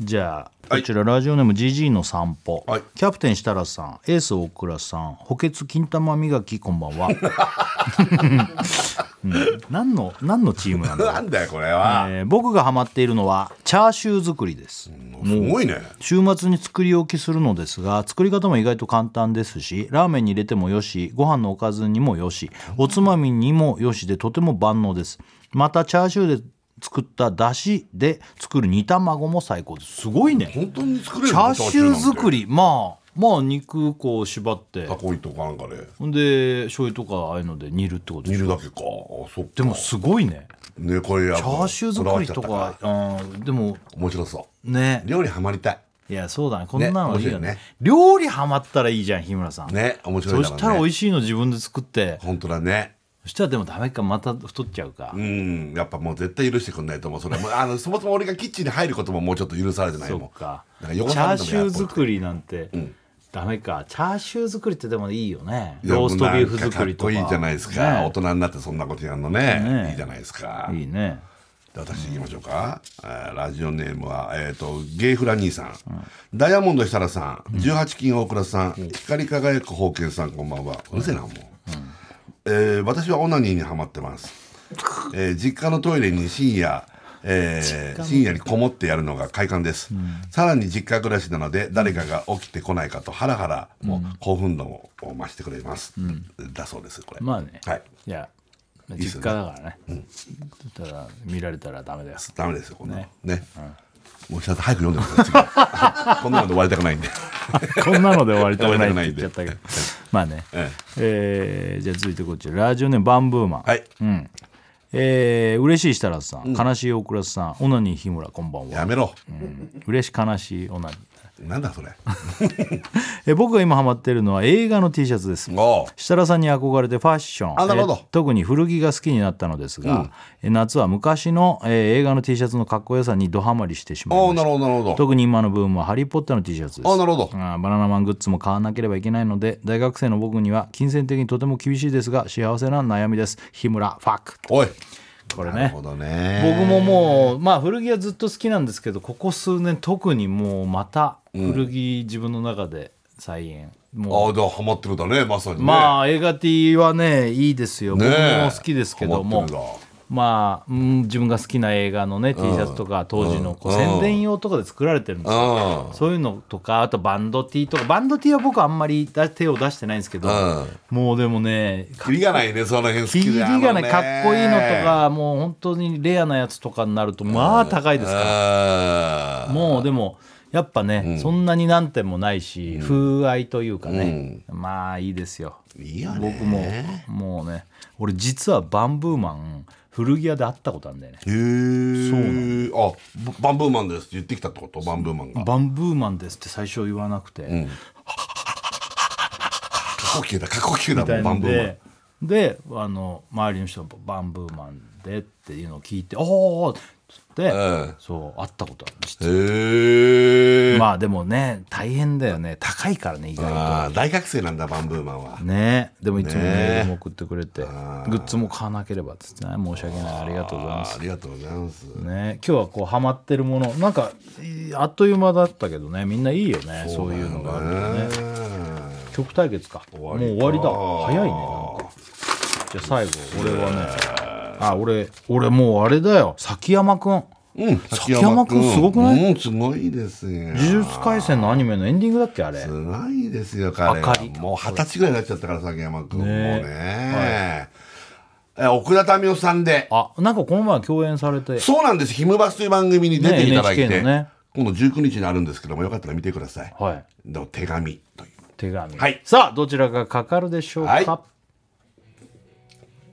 じゃあ、はいこちらラジオネーム GG の散歩、はいキャプテン設楽さんエース大倉さん補欠金玉磨きこんばんは、うん、何の何のチームなんだ ろなう、んだよこれはえー僕がハマっているのはチャーシュー作りです、すごいね週末に作り置きするのですが作り方も意外と簡単ですしラーメンに入れてもよしご飯のおかずにもよしおつまみにもよしでとても万能ですまたチャーシューで作っただしで作る煮卵も最高ですすごいね本当に作れるチのャーシュー作りりまあまあ肉こう縛ってタコ糸かなんかでほんで醤油とかああいうので煮るってこと煮でしょるだけかあそっかでもすごいねねこれやっチぱャーシュー作りとこだわっかちゃったうんでも面白そうね料理ハマりたいいやそうだねこんなのいいね面白よねいね料理ハマったらいいじゃん日村さんね面白いそだろうねしたら美味しいの自分で作って本当だねそしたらでもダメかまた太っちゃうかうんやっぱもう絶対許してくんないと思うそれはもうあのそもそも俺がキッチンに入ることももうちょっと許されてないそもんっかチなャんか汚さーれてシもやュっーぱ作りなんてダメかチャーシュー作りってでもいいよねいやローストビーフ作りともかうなんかかっこいいじゃないですか、大ね人になってそんなことやるのねねいいじゃないですかいいねで私行きましょうか、えーラジオネームは、えー、とゲイフラ兄さん、ダイヤモンド設楽さん18金大倉さん、光り輝く宝剣さんこんばんはうるせえなもう、えー私はオナニーにハマってます、えー実家のトイレに深夜えー深夜にこもってやるのが快感です、さらに実家暮らしなので誰かが起きてこないかとハラハラも興奮度を増してくれます、だそうですこれまあねはいいっやす実よね家だからねただ見られたらダメだよ ダメですよ、こんなの。ね。もうちょっと早く読んでください。次 こんなので終わりたくないんで。こんなので終わりたくないって言っ終ちゃわりたったくけなど。 まあね。ええーじゃあ続いてこちら。ラジオネームバンブーマン。はい。うん。えー、嬉しい設楽さん、悲しい大倉さん、オナニー日村、こんばんは。やめろ。嬉し悲しいオナニー。なんだそれ。えー僕が今ハマってるのは映画の T シャツです。おう設楽さんに憧れてファッションあなるほどえー特に古着が好きになったのですが、えー夏は昔の、えー映画の T シャツのかっこよさにドハマりしてしまいおまうしなたるほど、なるほど。特に今のブームは「ハリー・ポッター」の T シャツですあなるほどあーバナナマングッズも買わなければいけないので大学生の僕には金銭的にとても厳しいですが幸せな悩みです日村ファックおい。これなるねほどね。僕ももうまあ古着はずっと好きなんですけどここ数年特にもうまた古着自分の中で再演、もあうあ、じゃあハマってるんだね、まさにね。まあ映画 T はねいいですよ、ねえ僕も好きですけハマどもってるんだまあ、うん、自分が好きな映画のね T シャツとか当時のこううん宣伝用とかで作られてるんですよあそういうのとかあとバンド T とかバンド T は僕あんまりだ手を出してないんですけど、あ。うん。もうでもねかキリがないね、その辺好キきリだがないかっこいいのと。あかもう本当にレアなやつとかになるとまあ高いですかあらもうでもやっぱね、そんなに何点もないし、風合いというかね、まあいいですよいいよね。僕ももうね俺実はバンブーマン古着屋で会ったことあるんだよねへえ。そうなんあ、バンブーマンですって言ってきたってことバンブーマンが。バンブーマンですって最初言わなくて、過呼吸だ、過呼吸だみたもいん、バなンんブーマンで。であの周りの人「バンブーマンで」っていうのを聞いて「おお!」っつって、うんそう会ったことあるの知ってへえ。まあでもね大変だよね高いからね意外あー大学生なんだバンブーマンはと。ねでもいつもメールねも送ってくれて、グッズも買わなければっつってね申し訳ないありがとうございまあすーありがとうございます。ね、今日はこうハマってるものなんかいあっという間だったけどねみんないいよねそういうのがあるよね曲対決かもう終わりだ早いねなんかじゃあ最後俺はねあ俺俺もうあれだよ崎山くんうん、崎山君すごくないうん、すごいですよ。呪術廻戦のアニメのエンディングだっけあれすごいですよ、彼明かはり。もう二十歳ぐらいになっちゃったから、崎山君。もうねね。え奥田民生さんで。あなんかこの前共演されてそうなんです。ヒムバスという番組に出ていただいて、ね NHK のね今度19日にあるんですけども、よかったら見てください。はいの手紙という。手紙、はいさあどちらがかかるでしょうか、はい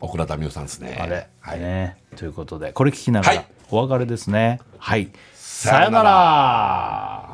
奥田民生さんですね。あれ、はい。ねということでこれ聞きながはらいお別れですねはい、さよなさよなら